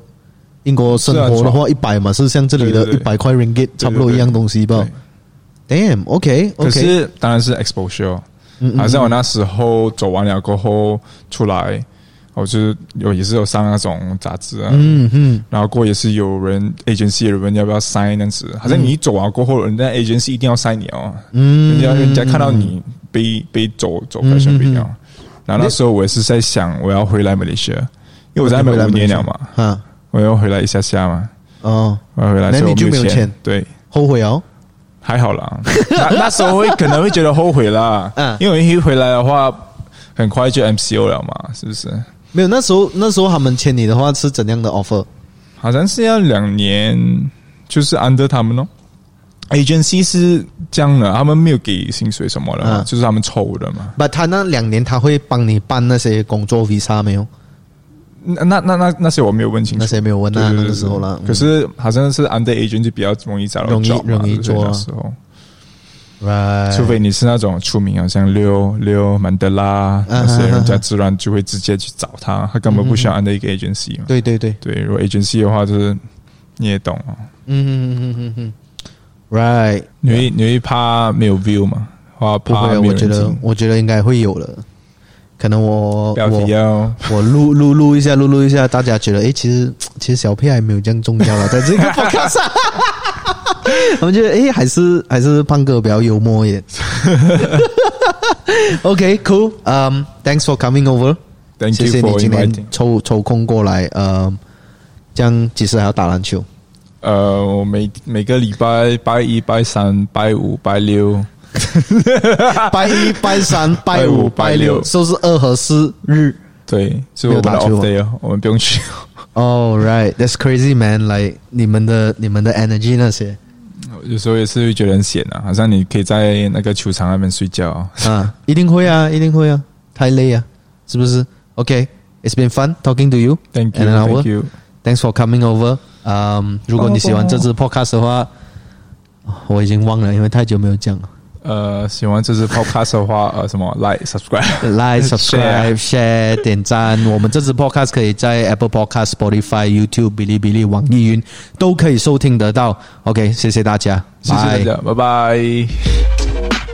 英国生活的
是
话，一百嘛是像这里
对
的一
对对
百块 ringgit 差不多一样东西吧
对。
Damn，OK
可
OK，
是当然是 exposure，
嗯
好像我那时候走完了过后出来，我就有也是有上那种杂志啊，
嗯嗯，
然后过后也是有人 agency 的人要不要 sign 那样子，好像你一走完过后，人家 agency 一定要 sign 你哦，
嗯
人家人家看到你被被走走 fashion week
嗯
哦，然后那时候我也是在想我要回来马来西亚，因为我在那边五年了嘛，
啊
我要回来一下下嘛，
哦，
我要回来，
那
所以
你
我没
就没有钱
对。
后悔哦，
还好
[LAUGHS]
啦，那那时候会可能会觉得后悔啦，
嗯
因为一回来的话，很快就 MCO 了嘛，是不是？
没有那时候那时候他们签你的话是怎样的 offer？
好像是要两年，就是 under 他们哦。Agency 是这样的，他们没有给薪水什么的嘛，
嗯
就是他们抽的嘛。
不，他那两年他会帮你办那些工作 visa 没有？
那那那那那些我没有问清楚，
那些没有问啊，
对对对
那个时候啦。
可是好像是 under agent 就比较容易找到
容易
job 嘛
容易
对不对
做啊哎
那时候，
right，
除非你是那种出名，好像溜溜曼德
啊
拉那些，人家自然就会直接去找他，他根本不需要 under 一个 agency 嘛。
嗯对对对，
对，如果 agency 的话，就是你也懂哦，
嗯嗯嗯嗯嗯嗯，right，
你会你会怕没有 view 嘛，或
不
怕
会啊，
没有
我
人
觉得
听
我觉得应该会有了，可能我
标题
我
要
我录录录一下，录录一下，大家觉得诶，其实其实小屁还没有这样重
[LAUGHS]
要了，啊在这个 podcast [LAUGHS] 上，我们觉得诶，还是还是胖哥比较幽默一点。OK，cool，、嗯 thanks for coming over。
thank
谢
you
谢你
for
今天
inviting。
抽抽空过来，呃，这样几时还要打篮球？
呃，我每每个礼拜拜一、拜三、拜五、拜六，
拜一、拜三、拜五、拜
啊拜
六，
六
就是二和四日。
对，是我们的
没有打
off
球吗
day 哦，我们不用去。 [LAUGHS]
Oh right, that's crazy man！来、你们的你们的 energy
[LAUGHS]
那些
有时候也是会觉得很闲啊，好像你可以在那个球场那边睡觉哦。
啊，Ah. 一定会啊，一定会啊，太累啊，是不是？OK，it's、been fun talking to you.
[LAUGHS] Thank
And
you,
an hour
thank you。
Thanks for coming over. 嗯，如果你喜欢这
Oh.
支 podcast 的话，我已经忘了，因为太久没有讲了。
[LAUGHS] 呃，喜欢这支 podcast 的话，呃，什么 like、subscribe、
[LAUGHS] like、subscribe、share、点赞。我们这支 podcast 可以在 Apple Podcast、Spotify、YouTube、哔哩哔哩、网易云都可以收听得到。OK，谢谢大家，
谢谢大
拜
家，拜拜。